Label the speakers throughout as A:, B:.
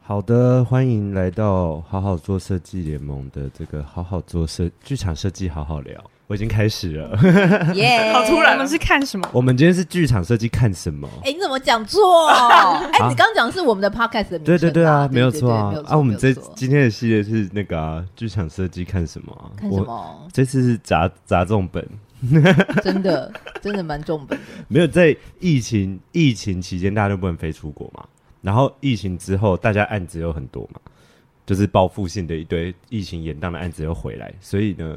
A: 好的，欢迎来到好好做设计联盟的这个好好做设剧场设计好好聊。我已经开始了，
B: 耶！
C: 啊
D: 好突然啊
B: 哎我们是看什么？
A: 我们今天是剧场设计看什么？
C: 哎，你怎么讲错？哎，你刚刚讲的是我们的 podcast 的名
A: 啊
C: 称吧
A: 对对对啊，没有
C: 对
A: 错啊
C: 对对没有错
A: 啊！我们
C: 没
A: 这
C: 有错
A: 今天的系列是那个啊剧、场设计看什么、啊？
C: 看什
A: 我？
C: 么？
A: 这次是砸砸重本，
C: 真的真的蛮重本的。
A: 没有在疫情疫情期间大家都不能飞出国嘛，然后疫情之后大家案子又很多嘛，就是报复性的一堆疫情延宕的案子又回来，所以呢，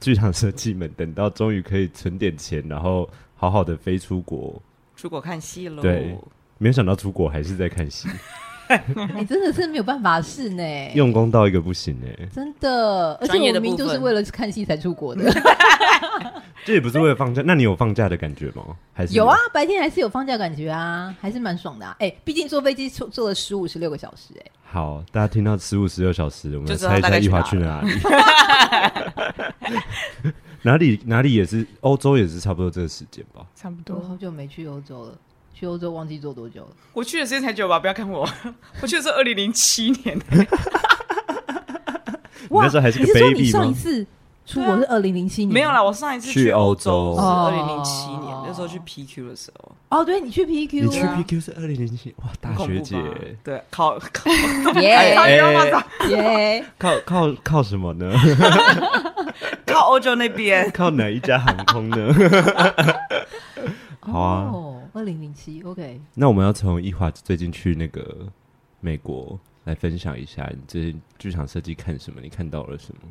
A: 剧场设计们等到终于可以存点钱，然后好好的飞出国，
D: 出国看戏喽。
A: 对没有想到出国还是在看 戏，
C: 你哎真的是没有办法试呢。
A: 用功到一个不行哎、
C: 真的，而且
D: 专业
C: 我
D: 的
C: 明明就是
D: 部分
C: 为了看戏才出国的。
A: 这也不是为了放假，那你有放假的感觉吗？还是
C: 有啊，白天还是有放假感觉啊，还是蛮爽的、啊。哎、毕竟坐飞机坐坐了十五十六个小时、哎，
A: 好，大家听到十五十六小时，我们来
D: 就知道
A: 猜一
D: 大
A: 下
D: 概去
A: 一华
D: 哪
A: 去哪里？ 哪里哪里也是欧洲也是差不多这个时间吧？
B: 差不
C: 我
B: 多
C: 好久没去欧洲了，去欧洲忘记坐多久了。
D: 我去的时间才久吧，不要看我， 我去的是二零零七年，
A: 你那时候还是个
C: 你是说你
A: baby
C: 上一
A: 吗？
C: 次出国是二零零七年？
D: 没有啦，我上一次
A: 去欧
D: 欧
A: 洲
D: 是
C: 哦
D: 二零零七年，那时候去 PQ 的时候，
C: 哦，对你去
A: 你
C: PQ，
A: 去
C: 啊
A: PQ 是二零零七哇，大
D: 很恐怖
A: 学
D: 吧
A: 姐
D: 对，考考
C: 耶
D: 哎要不
C: 耶！
A: 靠靠靠什么呢？
D: 考欧洲那边，
A: 靠哪一家航空呢？ 好啊，
C: 哦，二零零七，OK，
A: 那我们要从一华最近去那个美国来分享一下，你最近剧场设计看什么？你看到了什么？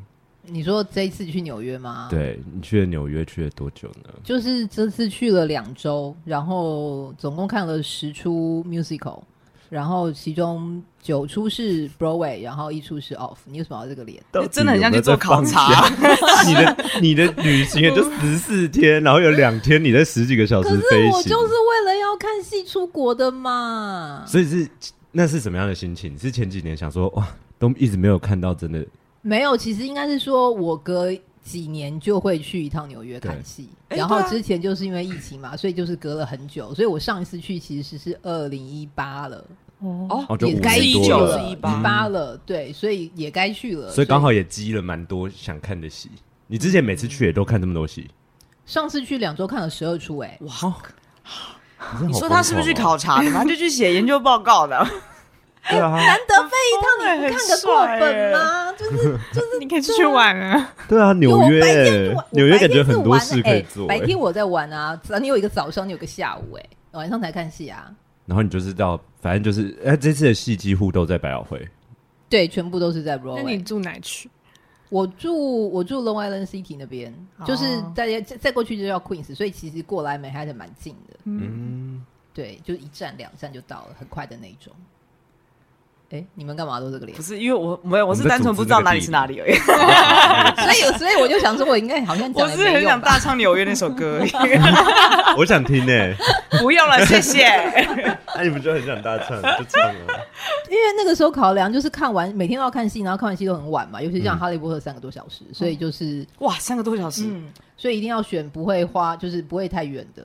C: 你说这一次去纽约
D: 啊
C: 吗？。
A: 对你去了纽约去了多久呢？
C: 就是这次去了两周，然后总共看了十出 musical，然后其中九出是 Broadway，然后一出是 off。你为什么要这个脸？
A: 到底
D: 真的很像去做考察
A: 有没有在放假。你的你的旅行也就十四天，然后有两天你在十几个小时
C: 可是
A: 飞
C: 我
A: 行
C: 就，是为了要看戏出国的嘛。
A: 所以是那是什么样的心情？是前几年想说哇，都一直没有看到真的
C: 没有，其实应该是说我隔几年就会去一趟纽约看戏，
D: 对哎
C: 然后
D: 对啊
C: 之前就是因为疫情嘛，所以就是隔了很久，所以我上一次去其实是二零一八了，
B: 哦，
D: 哦
A: 哦，就
C: 也
A: 五
C: 该
A: 十
C: 去
D: 19
A: 多
C: 了，
A: 了，嗯
D: 是
C: 一
D: 18
C: 八了，对，所以也该去了，
A: 所以刚好也积了蛮多想看的戏。你之前每次去也都看这么多戏，
C: 上次去两周看了十二出、哎。
D: 哇！
A: 你
D: 你
A: 真的好
D: 说他是不是去
A: 疯狂啊
D: 考察的？他就去写研究报告 的，
B: 哎
A: 哦？对啊，
C: 难得飞一趟，你不看个过本吗？就是
B: 你可以出去玩啊！
A: 对啊，
C: 因为
A: 纽
C: 我
A: 约
C: 白天
A: 欸
C: 我
A: 纽约感觉
C: 白天是
A: 很多
C: 玩
A: 事可以
C: 哎
A: 做欸，
C: 白天我在玩啊，你有一个早上，你有个下午、哎，晚上才看戏啊。
A: 然后你就是到，反正就是，哎，这次的戏几乎都在百老汇，
C: 对，全部都是在 b r o
B: 那
C: a
B: 你住哪区？
C: 我住我住 Long Island City 那边，
B: 哦
C: 就是大家再再过去就叫 Queens，所以其实过来美还是蛮近的。
A: 嗯，
C: 对，就一站两站就到了，很快的那一种。哎，你们干嘛都这个脸
D: 不？是因为我没有，我
A: 我们
D: 是
A: 在
D: 单纯
A: 组织
D: 不知道
A: 那个
D: 哪里
A: 地
D: 是哪里而已。
C: 所以 所以我就想说，我应该好像
D: 我
C: 讲得
D: 是
C: 没
D: 很
C: 用
D: 想
C: 吧？
D: 大唱纽约那首歌而已，
A: 我想听呢，
D: 不用了，谢谢。
A: 那啊你不就很想大唱， 就唱啊？
C: 因为那个时候考量就是看完每天都要看戏，然后看完戏都很晚嘛，尤其像《哈利波特》三个多小
D: 嗯
C: 时，所以就是
D: 哇，三个多小时，
C: 嗯，所以一定要选不会花，就是不会太远的。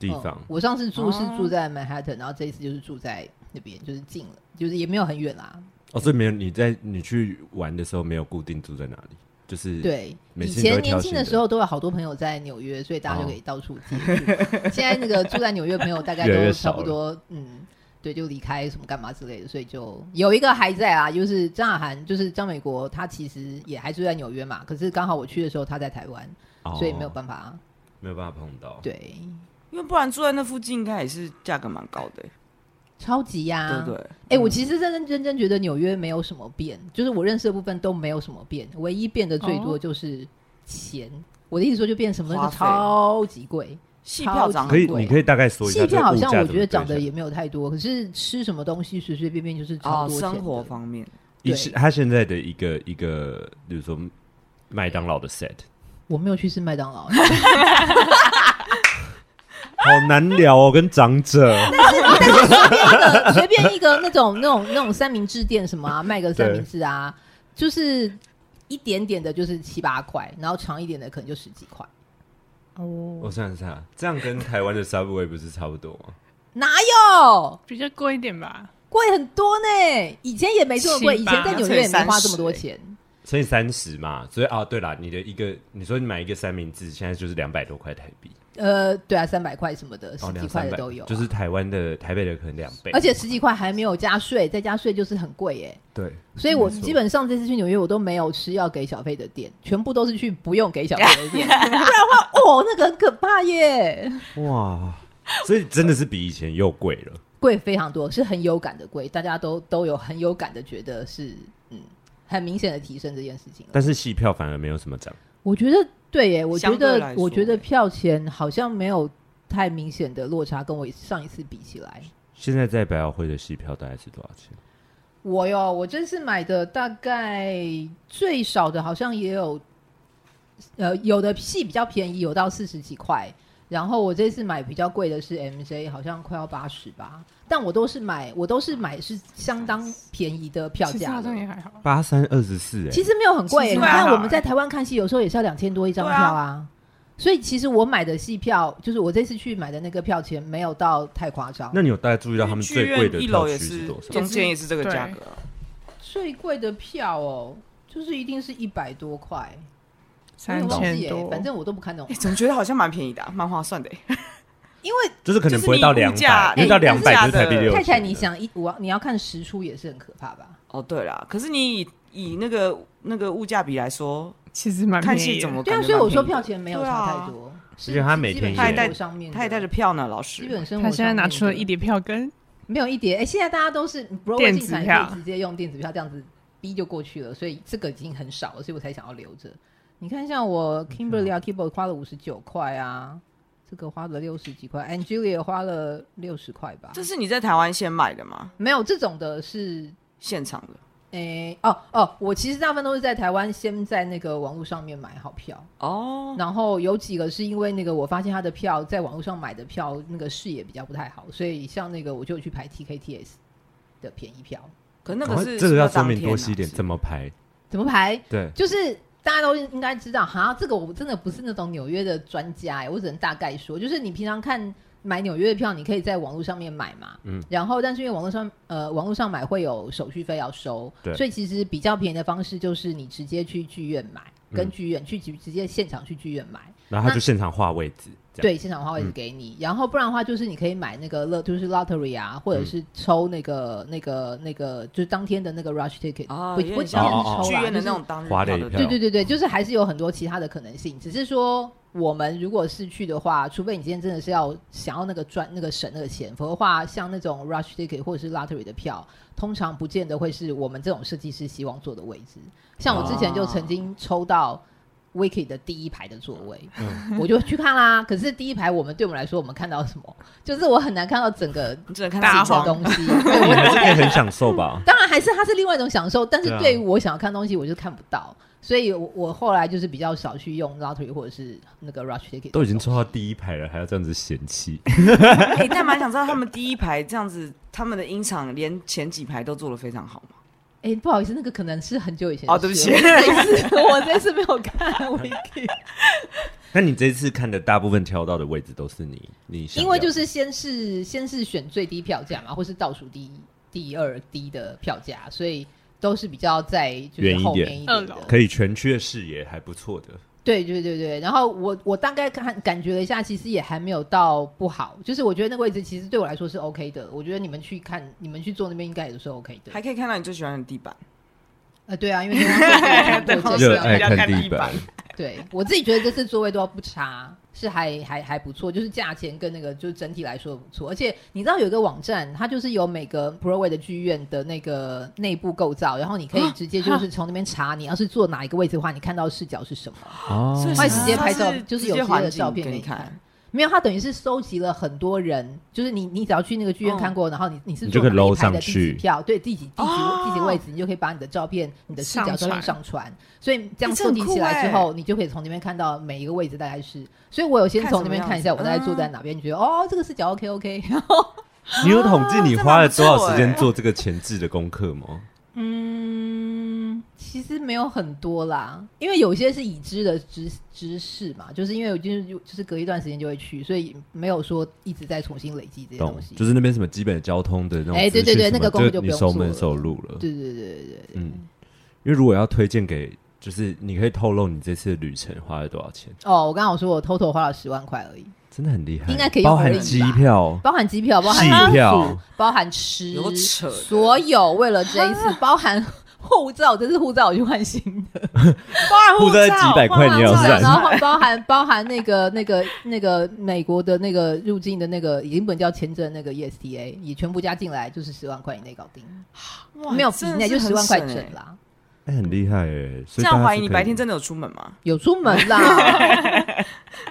A: 地
C: 嗯
A: 方。
C: 我上次住是
D: 哦
C: 住在 Manhattan，、然后这一次就是住在那边，就是近了，就是也没有很远啦。
A: 哦，所以没有你在你去玩的时候没有固定住在哪里，就是，
C: 对，
A: 每
C: 以
A: 次你都
C: 前
A: 会挑
C: 年
A: 新
C: 轻的
A: 的哦
C: 时候都有好多朋友在纽约，所以大家就可以到处接触。现在那个住在纽约的朋友大概
A: 越来越
C: 都
A: 少
C: 差不多，嗯，对，就离开什么干嘛之类的，所以就有一个还在啊，就是张雅涵，就是张美国，他其实也还住在纽约嘛，可是刚好我去的时候他在台湾，
A: 哦
C: 所以没有办法，
A: 没有办法碰到。
C: 对，
D: 因为不然住在那附近应该也是价格蛮高的，欸
C: 超级呀、
D: 对不对？嗯
C: 哎、我其实认认真真觉得纽约没有什么变，就是我认识的部分都没有什么变，唯一变得最多就是钱。我的意思说，就变什么那
D: 哦花
C: 个
D: 费
C: 超级贵，
D: 戏票涨
A: 可以，
C: 很贵
A: 你可以大概说一下
C: 戏
A: 这个
C: 票
A: 物
C: 好
A: 价怎么对上。
C: 像我觉得涨得也没有太多，可是吃什么东西随随便便就是超
D: 哦，
C: 多钱的、
D: 生活方面，
A: 以
C: 对
A: 是他现在的一个一个，比如说麦当劳的 set，
C: 我没有去吃麦当 劳，啊
A: 好难聊哦，跟长 者。
C: 呃随便一个那种那种那种三明治店什么啊，卖个三明治啊，就是一点点的，就是七八块，然后长一点的可能就十几块，
A: 我
B: 哦，
A: 想想看，这样跟台湾的 Subway 不是差不多吗？
C: 哪有？
B: 比较贵一点吧。
C: 贵很多呢，以前也没这么贵，
D: 七
C: 以
D: 八
C: 前在纽约也没花这么多钱。
A: 乘以三十嘛，所以啊，对啦，你的一个，你说你买一个三明治，现在就是两百多块台币，
C: 呃，对啊，三百块什么的，十
A: 哦，
C: 几
A: 两
C: 块
A: 三
C: 的
A: 百
C: 都有啊、
A: 就是台湾的台北的可能两倍，
C: 而且十几块还没有加税，再加税就是很贵耶。
A: 对，
C: 所以我
A: 没错
C: 基本上这次去纽约，我都没有吃要给小费的店，全部都是去不用给小费的店，不然的话，哦，那个很可怕耶，
A: 哇，所以真的是比以前又贵了。
C: 贵非常多，是很有感的贵，大家都都有很有感的觉得是，嗯，很明显的提升这件事情了。
A: 但是戏票反而没有什么涨，
C: 我觉得对耶，我觉
D: 相对
C: 得
D: 来说
C: 我觉得
D: 耶
C: 票钱好像没有太明显的落差，跟我上一次比起来，
A: 现在在百老汇的戏票大概是多少钱？
C: 我哟，我这次买的大概最少的好像也有，呃，有的戏比较便宜，有到四十几块。然后我这次买比较贵的是 MJ，好像快要八十吧。但我都是买，我都是买是相当便宜的票
B: 其实
C: 价
B: 好
C: 的
B: 像也还好。
A: 八三二十四，哎，
C: 其实没有很贵、
D: 其实
C: 你
D: 还好
C: 看我们在台湾看戏，有时候也是要两千多一张票
D: 对
C: 啊。所以其实我买的戏票，就是我这次去买的那个票钱，没有到太夸张。
A: 那你有大概注意到他们嗯
D: 剧
A: 最贵
D: 院
A: 的
D: 一
A: 票
D: 楼
A: 区
D: 也
A: 是
D: 是
A: 多，少？
D: 中间也是这个价格，
C: 最贵的票哦，就是一定是一百多块。
B: 三
C: 我也忘记
B: 千
C: 耶
B: 多，
C: 反正我都不看那种
D: 哎，，总觉得好像蛮便宜的啊，蛮划算的欸。
C: 因为
A: 就是可能不会到两
D: 就是你
A: 百
D: 物价，
A: 因为到
C: 哎
A: 两
C: 物
A: 百
D: 价
A: 就是台币
D: 的
A: 六。
C: 太太，你，想一我你要看十出也是很可怕吧？
D: 哦，对啦，可是你以以那个那个物价比来说，
B: 其实蛮
D: 看
B: 便
D: 戏
B: 宜
D: 怎么
B: 的
C: 对啊，
D: 感
C: 所
D: 觉
C: 以
D: 蛮
C: 我说
D: 便
C: 票
D: 宜的
C: 钱没有差太多，是
A: 而且他每天
C: 基本
A: 也
C: 生活上面的
D: 太太的票呢，老师
C: 基本生活上面
B: 他
C: 的，
B: 现在拿出了一叠票根，
C: 没有一叠，哎，现在大家都是不
B: 电
C: 进
B: 子
C: 场
B: 票
C: 可以直接用电子票这样子逼就过去了，所以这个已经很少了，所以我才想要留着。你看，像我 Kimberly 啊 k i b b e 花了五十九块啊，这个花了六十几块，Angelia 花了六十块吧。
D: 这是你在台湾先买的吗？
C: 没有这种的是
D: 现场的
C: 诶、哦哦，我其实大部分都是在台湾先在那个网络上面买好票，
D: 哦，
C: 然后有几个是因为那个我发现他的票在网络上买的票那个视野比较不太好，所以像那个我就去排 TKTS 的便宜票，
D: 可那
A: 赶
D: 个
A: 快
D: 是
A: 哦这
D: 是
A: 个要
D: 要
A: 说
D: 当
A: 明
D: 天
A: 多
D: 啊
A: 细一点，
D: 是
A: 怎么排？
C: 怎么排？
A: 对，
C: 就是大家都应该知道，哈，这个我真的不是那种纽约的专家哎，我只能大概说，就是你平常看买纽约的票，你可以在网络上面买嘛，
A: 嗯
C: 嗯，然后但是因为网络上呃网络上买会有手续费要收，
A: 对
C: 所以其实比较便宜的方式就是你直接去剧院买，
A: 嗯
C: 跟剧院、去直直接现场去剧院买，
A: 然后他就现场画位置，这样嗯
C: 对，现场花位置给你，然后不然的话就是你可以买那个乐，就是 lottery 啊，或者是抽那个、那个那个，就是当天的那个 rush ticket，
D: 啊，
C: 不
D: 有
C: 不
D: 点
C: 一定是
A: 哦哦哦
C: 抽啦，
D: 像剧院的
C: 就是
D: 那种当日
A: 华
D: 票
A: 的
D: 的
A: 一票
D: 那种，
C: 对对对对，就是还是有很多其他的可能性，只是说我们如果是去的话，除非你今天真的是要想要那个赚那个省那个钱，否则的话，像那种 rush ticket 或者是 lottery 的票，通常不见得会是我们这种设计师希望坐的位置。像我之前就曾经抽到。Wiki 的第一排的座位，我就去看啦。可是第一排，我们对我们来说，我们看到什么？就是我很难看到整个
D: 你只能看
B: 大
D: 大
C: 整个
D: 黄。
C: 东西。对
A: 哦你
C: 我？
A: 还是可以很享受吧
C: 当然还是它是另外一种享受，但是
A: 对啊
C: 对于我想要看东西，我就看不到，所以我我后来就是比较少去用 lottery 或者是那个 rush ticket。
A: 都已经抽到第一排了，还要这样子嫌 弃？
D: 哎，但蛮想知道他们第一排这样子，他们的音场连前几排都做的非常好嘛。
C: 哎、不好意思，那个可能是很久以前的
A: 啊
D: 哦对不
C: 事
D: 起
C: 我这次我这次没有看 wiki，
A: 那你这次看的大部分挑到的位置都是你，你想
C: 因为
A: 要
C: 就是先是先是选最低票价嘛，或是倒数第一、第二低的票价，所以都是比较在就是
A: 远一
C: 后
A: 点
C: 面一点
B: 二
C: 的
B: 楼。
A: 嗯可以全区的视野还不错的，
C: 对对对对，然后我我大概看感觉了一下，其实也还没有到不好，就是我觉得那个位置其实对我来说是 OK 的，我觉得你们去看你们去坐那边应该也是 OK 的
D: 还。可以看到你最喜欢的地板，
C: 呃，对啊，因为 那边
D: 对
C: 座位
D: 热
C: 都
D: 爱
C: 哦是啊
D: 看地板，
C: 对我自己觉得这次座位都不差，是还还还不错，就是价钱跟那个就整体来说不错。而且你知道有一个网站，它就是有每个 Broadway 的剧院的那个内部构造，然后你可
D: 哦
C: 以直接就是从那边查，你要是坐哪一个位置的话，你看到视角是什么。
A: 哦
D: 所以
C: 他
D: 是
C: 直接拍照
D: 它是，
C: 就是
D: 直
C: 有
D: 接
C: 直接
D: 环
C: 的
D: 境
C: 照片
D: 给
C: 给
D: 你
C: 你
D: 看
C: 看。没有，他等于是收集了很多人，就是你，你只要去那个剧院
D: 嗯
C: 看过，然后你你是
A: 你就
C: 坐哪
A: 可以
C: 一
A: 搂
C: 排的
A: 上
C: 第几
A: 去
C: 票对第几第几
D: 哦
C: 第几位置，你就可以把你的照片、你的视角
B: 上
C: 照片
B: 传
C: 上传。所以这样
D: 诶
C: 收
D: 这很
C: 集
D: 酷
C: 起来之
D: 欸
C: 后，你就可以从那边看到每一个位置大概是。所以我有先
D: 看
C: 从
D: 什
C: 那
D: 么
C: 边
D: 样
C: 看一下
D: 子
C: 我大概坐在
D: 嗯
C: 哪边，觉得哦这个视角 OK OK。
A: 你有统计你
D: 这
A: 花了
D: 蛮不
A: 多少
D: 错
A: 时间
D: 欸
C: 哦
A: 做这个前置的功课吗？
C: 嗯，其其实没有很多啦，因为有些是已知的知知识嘛，就是因为我就是就是隔一段时间就会去，所以没有说一直在重新累积这些
A: 懂
C: 东西。，
A: 就是那边什么基本的交通的那种资讯什么，
C: 哎对对对那个功夫就
A: 你
C: 不用
A: 熟
C: 做
A: 门
C: 了
A: 熟路了。
C: 对对对对对对。
A: 嗯，因为如果要推荐给，就是你可以透露你这次的旅程花了多少钱，
C: 哦，我刚刚有说我偷偷花了十万块而已，
A: 真的很厉害，
C: 应该可以用
A: 包含
C: Orange 吧哦
A: 机票。
C: 包含机票，包含
A: 戏
C: 住宿
A: 票，
C: 包含吃
D: 有，扯的
C: 所有为了这一次，包含护照，这次护照我去换新的，
D: 包含
A: 护
D: 护
A: 照
D: 照
A: 几百块
D: 包含
A: 你有
D: 护照
A: 算
C: 然后包含包含那个那个那个美国的那个入境的那个已经不能叫签证那个 E ESTA，也全部加进来就是十万块以内搞定，
D: 哇
C: 没有比内就十万块。
D: 真的
C: 整
D: 是很省欸
C: 啦，
A: 哎、很厉害哎！
D: 这
A: 所以大
D: 样
A: 家
D: 怀疑
A: 是
D: 你
A: 可以
D: 白天真的有出门吗？
C: 有出门啦，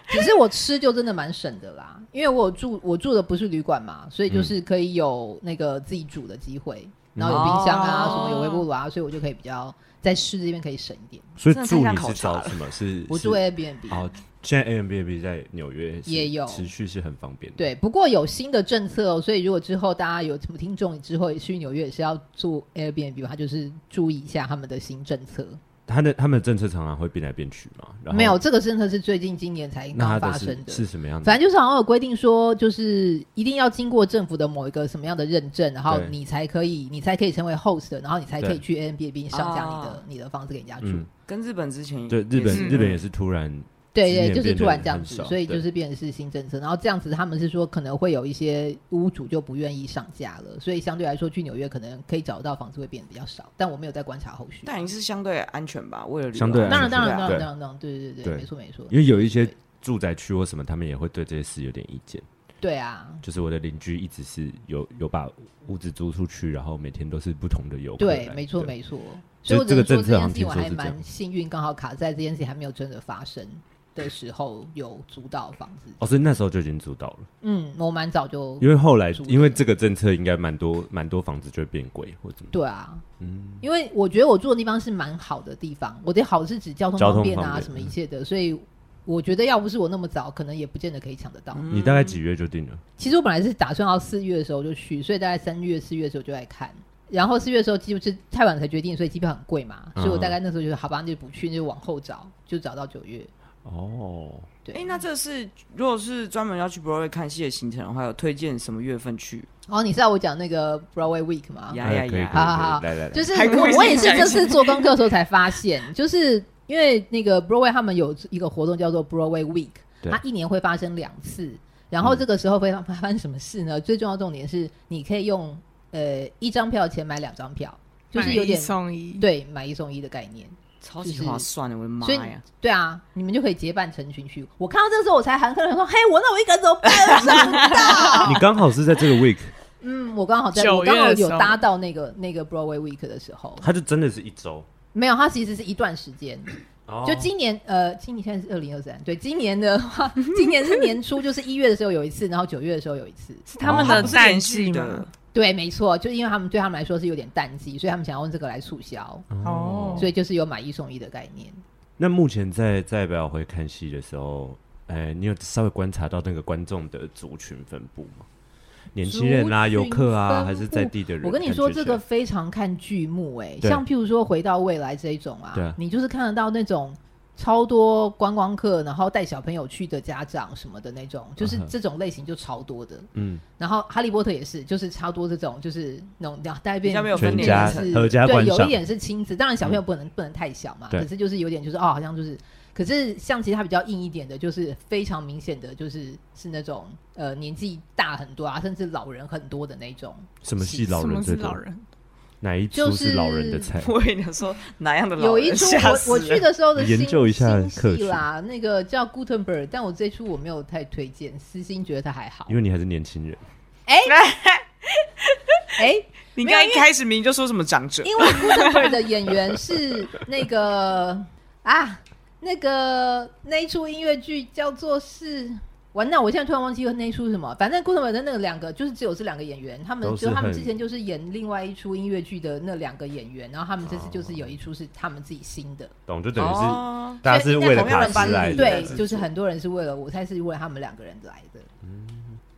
C: 只是我吃就真的蛮省的啦，因为我有住我住的不是旅馆嘛，所以
A: 嗯
C: 就是可以有那个自己煮的机会，然后有冰箱啊，
D: 哦
C: 什么有微波炉啊，所以我就可以比较在吃这边可以省一点。
A: 所以
D: 真的
A: 住
D: 太像
A: 你
D: 考
A: 是
D: 察
A: 找
D: 了
A: 什么？是
C: 我
A: 是
C: 住 Airbnb，、
A: 哦，现在 Airbnb 在纽约是
C: 嗯也有
A: 持续是很方便的。
C: 对，不过有新的政策哦，所以如果之后大家有什么听众之后去纽约也是要住 Airbnb，它就是注意一下他们的新政策。
A: 他的他们的政策常常会变来变去嘛。然后
C: 没有，这个政策是最近今年才
A: 那
C: 刚
A: 他
C: 发
A: 的
C: 生
A: 是是什么样
C: 反
A: 的？
C: 正就是好像有规定说，就是一定要经过政府的某一个什么样的认证，然后
A: 对
C: 你才可以，你才可以成为 host，然后你才可以
A: 对
C: 去 n b b 上架你的、
A: 哦
D: 啊
C: 你的房子给人家住。
A: 嗯，
D: 跟日本之前
A: 对，日本
D: 也是
A: 日本也是突然
C: 对
A: 今年
C: 对，就
A: 变
C: 是
A: 得
C: 突然这样
A: 很
C: 子
A: 少，
C: 所以就
A: 对
C: 是变成是新政策。然后这样子，他们是说可能会有一些屋主就不愿意上架了，所以相对来说去纽约可能可以找到房子会变得比较少。但我没有在观察后续。
D: 但也是相对安全吧，为了旅游
A: 相对安
C: 当
A: 全
C: 然当
A: 对
C: 然
A: 啊
C: 当然当然当然，对对
A: 对
C: 对对，没错没错，
A: 因为有一些住宅区或什么，他们也会对这些事有点意见。
C: 对啊。
A: 就是我的邻居一直是有有把屋子租出去，然后每天都是不同的游客来。
C: 对，没错，没错。
A: 就
C: 所以我只
A: 这个
C: 能说
A: 政策
C: 这
A: 好
C: 件
A: 像
C: 事情我
A: 听说
C: 还
A: 是这样
C: 蛮幸运，刚好卡在这件事情还没有真的发生的时候有租到房子。
A: 哦，所以那时候就已经租到了，
C: 嗯，我蛮早就
A: 因为后来
C: 租的
A: 因为这个政策应该蛮多蛮多房子就会变贵或怎么。
C: 对啊，
A: 嗯，
C: 因为我觉得我住的地方是蛮好的地方，我的好是指交通
A: 交通
C: 方便
A: 方
C: 啊
A: 便嗯
C: 什么一切的，所以我觉得要不是我那么早，可能也不见得可以抢得到。
A: 嗯你大概几月就定了？
C: 其实我本来是打算要四月的时候就去，所以大概三月、四月的时候就来看。然后四月的时候，就是太晚才决定，所以机票很贵嘛，所以
A: 嗯
C: 我大概那时候就说好吧，那就不去，那就往后找，就找到九月。
A: 哦，
C: 对，
D: 哎，那这是如果是专门要去 Broadway 看戏的行程的话，有推荐什么月份去？
C: 哦，你是要我讲那个 Broadway Week 吗？
D: 呀
A: 哎
D: 呀
A: 可以可以，可以
D: 呀！
C: 好好好
A: 来来来，
C: 就是
D: 还故意
C: 我我也是
D: 讲一
C: 这
D: 下
C: 次做功课的时候才发现， 就是因为那个 Broadway 他们有一个活动叫做 Broadway Week，
A: 对
C: 它一年会发生两次。然
D: 嗯
C: 后这个时候会发发生什么事呢？最重要的重点是，你可以用呃一张票钱买两张票，就是有
B: 买一
C: 点
B: 送一。
C: 对买一送一的概念。
D: 超级划算的，我的妈
C: 所以
D: 呀！
C: 对啊，你们就可以结伴成群去。我看到这个时候，我才喊客人说：“嘿，我那我一个人怎么办？我想不到。”
A: 你刚好是在这个 week，
C: 嗯，我刚好在，
B: 九
C: 我刚好
B: 月的
C: 有
B: 时候
C: 搭到那个那个 Broadway Week 的时候，
A: 它就真的是一周。
C: 没有，它其实是一段时间。
A: 哦
C: 就今年，呃，今年现在是二零二三，对，今年的话， 今年是年初，就是一月的时候有一次，然后九月的时候有一次。
B: 是他们的淡季
D: 哦
B: 吗？
C: 对，没错，就因为他们对他们来说是有点淡季，所以他们想要用这个来促销，
B: 哦
C: 所以就是有买一送一的概念。
A: 那目前在在百老汇看戏的时候，呃，你有稍微观察到那个观众的族群分布吗？年轻人啊，
C: 族群
A: 游客啊，
C: 分布
A: 还是在地的人？
C: 我跟你说，
A: 感觉
C: 这
A: 起来
C: 个非常看剧目、欸，
A: 对
C: 像譬如说《回到未来》这一种
A: 对
C: 啊
A: 啊，
C: 你就是看得到那种超多观光客，然后带小朋友去的家长什么的那种，就是
A: 嗯哼
C: 这种类型就超多的。
A: 嗯，
C: 然后《哈利波特》也是，就是超多这种，就是那种大家变
D: 比较没有
A: 分
C: 有一
A: 年
C: 点
A: 龄
C: 是
A: 层合家观
C: 对，有一
A: 赏嗯
C: 点是亲子，当然小朋友不能、不能太小嘛，
A: 对
C: 可是就是有点就是哦，好像就是，可是像其他比较硬一点的，就是非常明显的就是是那种呃年纪大很多啊，甚至老人很多的那种，
A: 什么戏
B: 什
A: 老人
B: 么
A: 最
B: 是
A: 多
B: 老？人？
A: 哪一出
C: 就是
A: 是老人的菜？
D: 我跟你说哪样的老
C: 有一
D: 人
C: 出
D: 吓
C: 我我
D: 死
C: 去
D: 人！
C: 的时候的
A: 研
C: 新
A: 究一下客
C: 新戏
A: 群
C: 啦，那个叫 Gutenberg，但我这出我没有太推荐，私心觉得它还好
A: 因。为你还是年轻人，
C: 哎、
D: 你
C: 没
D: 刚
C: 有
D: 刚一开始明明就说什么长者，
C: 因为 Gutenberg 的演员是那个啊，那个那一出音乐剧叫做是。完蛋！我现在突然忘记那一出是什么，反正 Gutenberg 的那个两个就是只有这两个演员，他们
A: 都是
C: 就他们
A: 很
C: 之前就是演另外一出音乐剧的那两个演员，然后他们这次就是有一出是他们自己新的，
A: 懂就等于是
D: 哦，
A: 大家是为了
D: 所以那同样
A: 卡
D: 的
A: 斯
D: 班
A: 来
D: 底
A: 的
C: 对
D: 这，样，子
C: 就是很多人是为了我猜是为了他们两个人来的。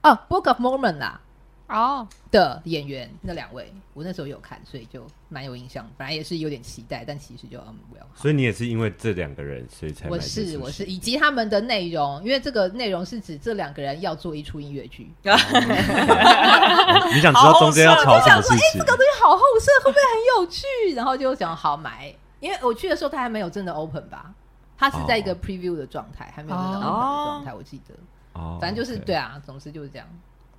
C: 哦，《Book of Mormon》啦，
B: 哦，
C: 的演员那两位，我那时候有看，所以就蛮有印象。本来也是有点期待，但其实就嗯，well，
A: 所以你也是因为这两个人，所以才买
C: 我
A: 这出戏
C: 是我是，以及他们的内容，因为这个内容是指这两个人要做一出音乐剧，
A: 哦你想知道中 间要吵什么事情？
C: 哎这个东西好后设，会不会很有趣？ 然后就想好买，因为我去的时候他还没有真的 open 吧，他是在一个 preview 的状态，还没有真的 open 的状态，我记得。
A: 哦
C: 反正就是
A: OK
C: 对啊，总之就是这样。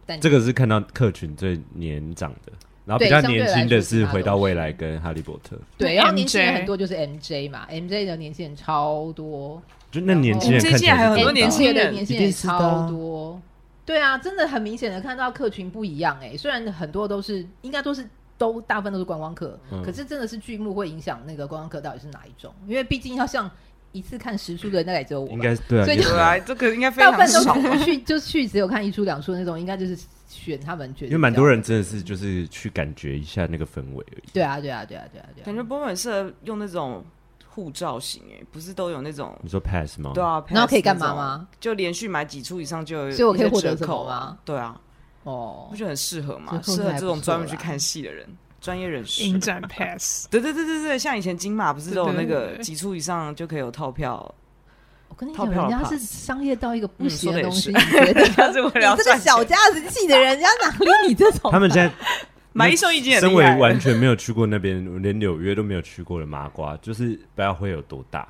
C: 但
A: 这个是看到客群最年长的，然后比
C: 对
A: 较
C: 相对
A: 年
C: 来
A: 轻的
C: 说是
A: 是
C: 大
A: 回
C: 多
A: 到未
C: 数
A: 来跟哈利波特，
C: 对，然后
B: MJ
C: 年轻人很多就是 MJ 嘛，MJ 的年轻人超多，
A: 就那年轻人
D: 我们
A: 看
D: 这
A: 起
D: 一届
A: 来
D: 还有
A: 是
D: 很多
A: 真的
D: 年轻人
C: 对对年轻人也
A: 一定是的啊
C: 超多。对啊，真的很明显的看到客群不一样哎、虽然很多都是应该都是都大部分都是观光客，
A: 嗯
C: 可是真的是剧目会影响那个观光客到底是哪一种，因为毕竟要像一次看十出的那也只有我吧，
A: 应该是对啊，
C: 所以
A: 也
C: 就
A: 可
D: 对
A: 能
D: 啊，这个应该非
C: 大部
D: 常
C: 分
D: 少。
C: 都去就去只有看一出两出的那种，应该就是选他们觉得
A: 因为蛮多
C: 比
A: 人真的是就是去感觉一下那个氛围而已。
C: 较对啊对啊对啊对啊对啊，
D: 感觉波本适合用那种护照型，哎，不是都有那种
A: 你说 pass 吗？
D: 对啊，
C: 然后可以
D: pass
C: 干嘛
D: 那种？
C: 吗？
D: 就连续买几出以上就有，
C: 所以我可以获得
D: 折
C: 什么
D: 扣
C: 吗
D: 啊？对啊，
C: 哦
D: 不，觉得很适合
C: 折
D: 吗？
C: 扣
D: 适
C: 是
D: 合
C: 还
D: 这
C: 不
D: 种
C: 错
D: 专门去
C: 啦
D: 看戏的人，专业人士。
B: 影展 pass，
D: 对对对对对，像以前金马不是都有那
B: 对对对
D: 个
B: 对
D: 几出以上就可以有套票，
C: 我跟你
D: 套
C: 讲，
D: 票
C: 人
D: 的
C: 家
D: pass
C: 是商业到一个不
D: 嗯
C: 行
D: 说
C: 的
D: 得也
C: 东西，
D: 是
C: 你觉 得
D: 他是为了要
C: 你这个
D: 赚钱
C: 小家子气的人，人家哪理你这种？
A: 他们 现在
D: 买一送一已经很
A: 身
D: 厉
A: 为
D: 害了
A: 完全没有去过那边，连纽约都没有去过的麻瓜，就是不要会有多 大。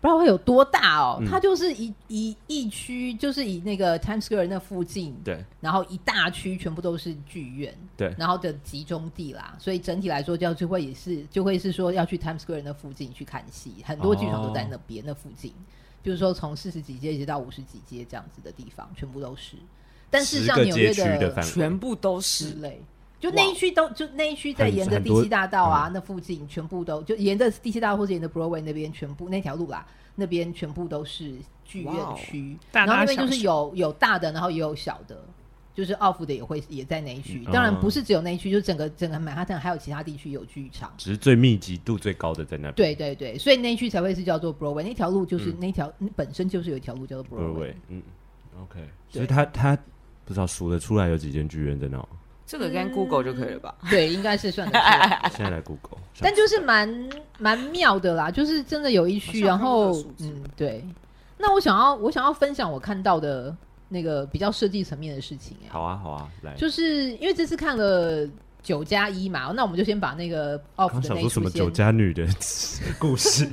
C: 不知道会有多大哦，
A: 嗯
C: 它就是以以疫区，就是以那个 Times Square 那附近，
A: 对，
C: 然后一大区全部都是剧院，
A: 对
C: 然后的集中地啦，所以整体来说，就就会也是就会是说要去 Times Square 那附近去看戏，很多剧场都在那边、那附近，比如说从四十几街一直到五十几街这样子的地方，全部都是。但是
A: 十
C: 像
A: 个
C: 纽
A: 街
C: 约
A: 区的范围，
D: 全部都
C: 之
D: 是。
C: 类。就那一区都就那一区在
A: 很
C: 沿着
A: 很
C: 第
A: 多
C: 七大道啊，那附近全部都就沿着第七大道或者沿着 Broadway 那边全部那条路啦，那边全部都是剧院
D: 哇哦
C: 区，
B: 大
C: 然后
B: 大
C: 那边
B: 小
C: 就是
B: 小
C: 有有大的，然后也有小的，就是奥福的也会也在那一区。
A: 嗯
C: 当然不
A: 哦
C: 是只有那一区，就整个整个曼哈顿还有其他地区有剧场。
A: 只是最密集度最高的在那边。
C: 对对对，所以那一区才会是叫做 Broadway，那条路就是、那条本身就是有一条路叫做 Broadway，
A: Broadway，嗯，OK，
C: 对
A: 所以他他不知道数得出来有几间剧院在那哦。
D: 这个
C: 嗯
D: 跟 Google 就可以了吧？
C: 对，应该是算得出来。
A: 现在来 Google，
C: 但就是蛮蛮妙的啦，就是真的有一区，
D: 好
C: 然
D: 像看过这
C: 后
D: 个数字
C: 嗯，对。那我想要我想要分享我看到的那个比较设计层面的事情、欸，
A: 好啊好啊，来，
C: 就是因为这次看了九加一嘛，那我们就先把那个 off
A: 刚
C: 的
A: 想说
C: 那一
A: 什
C: 出
A: 么酒
C: 先
A: 家女的 故 事，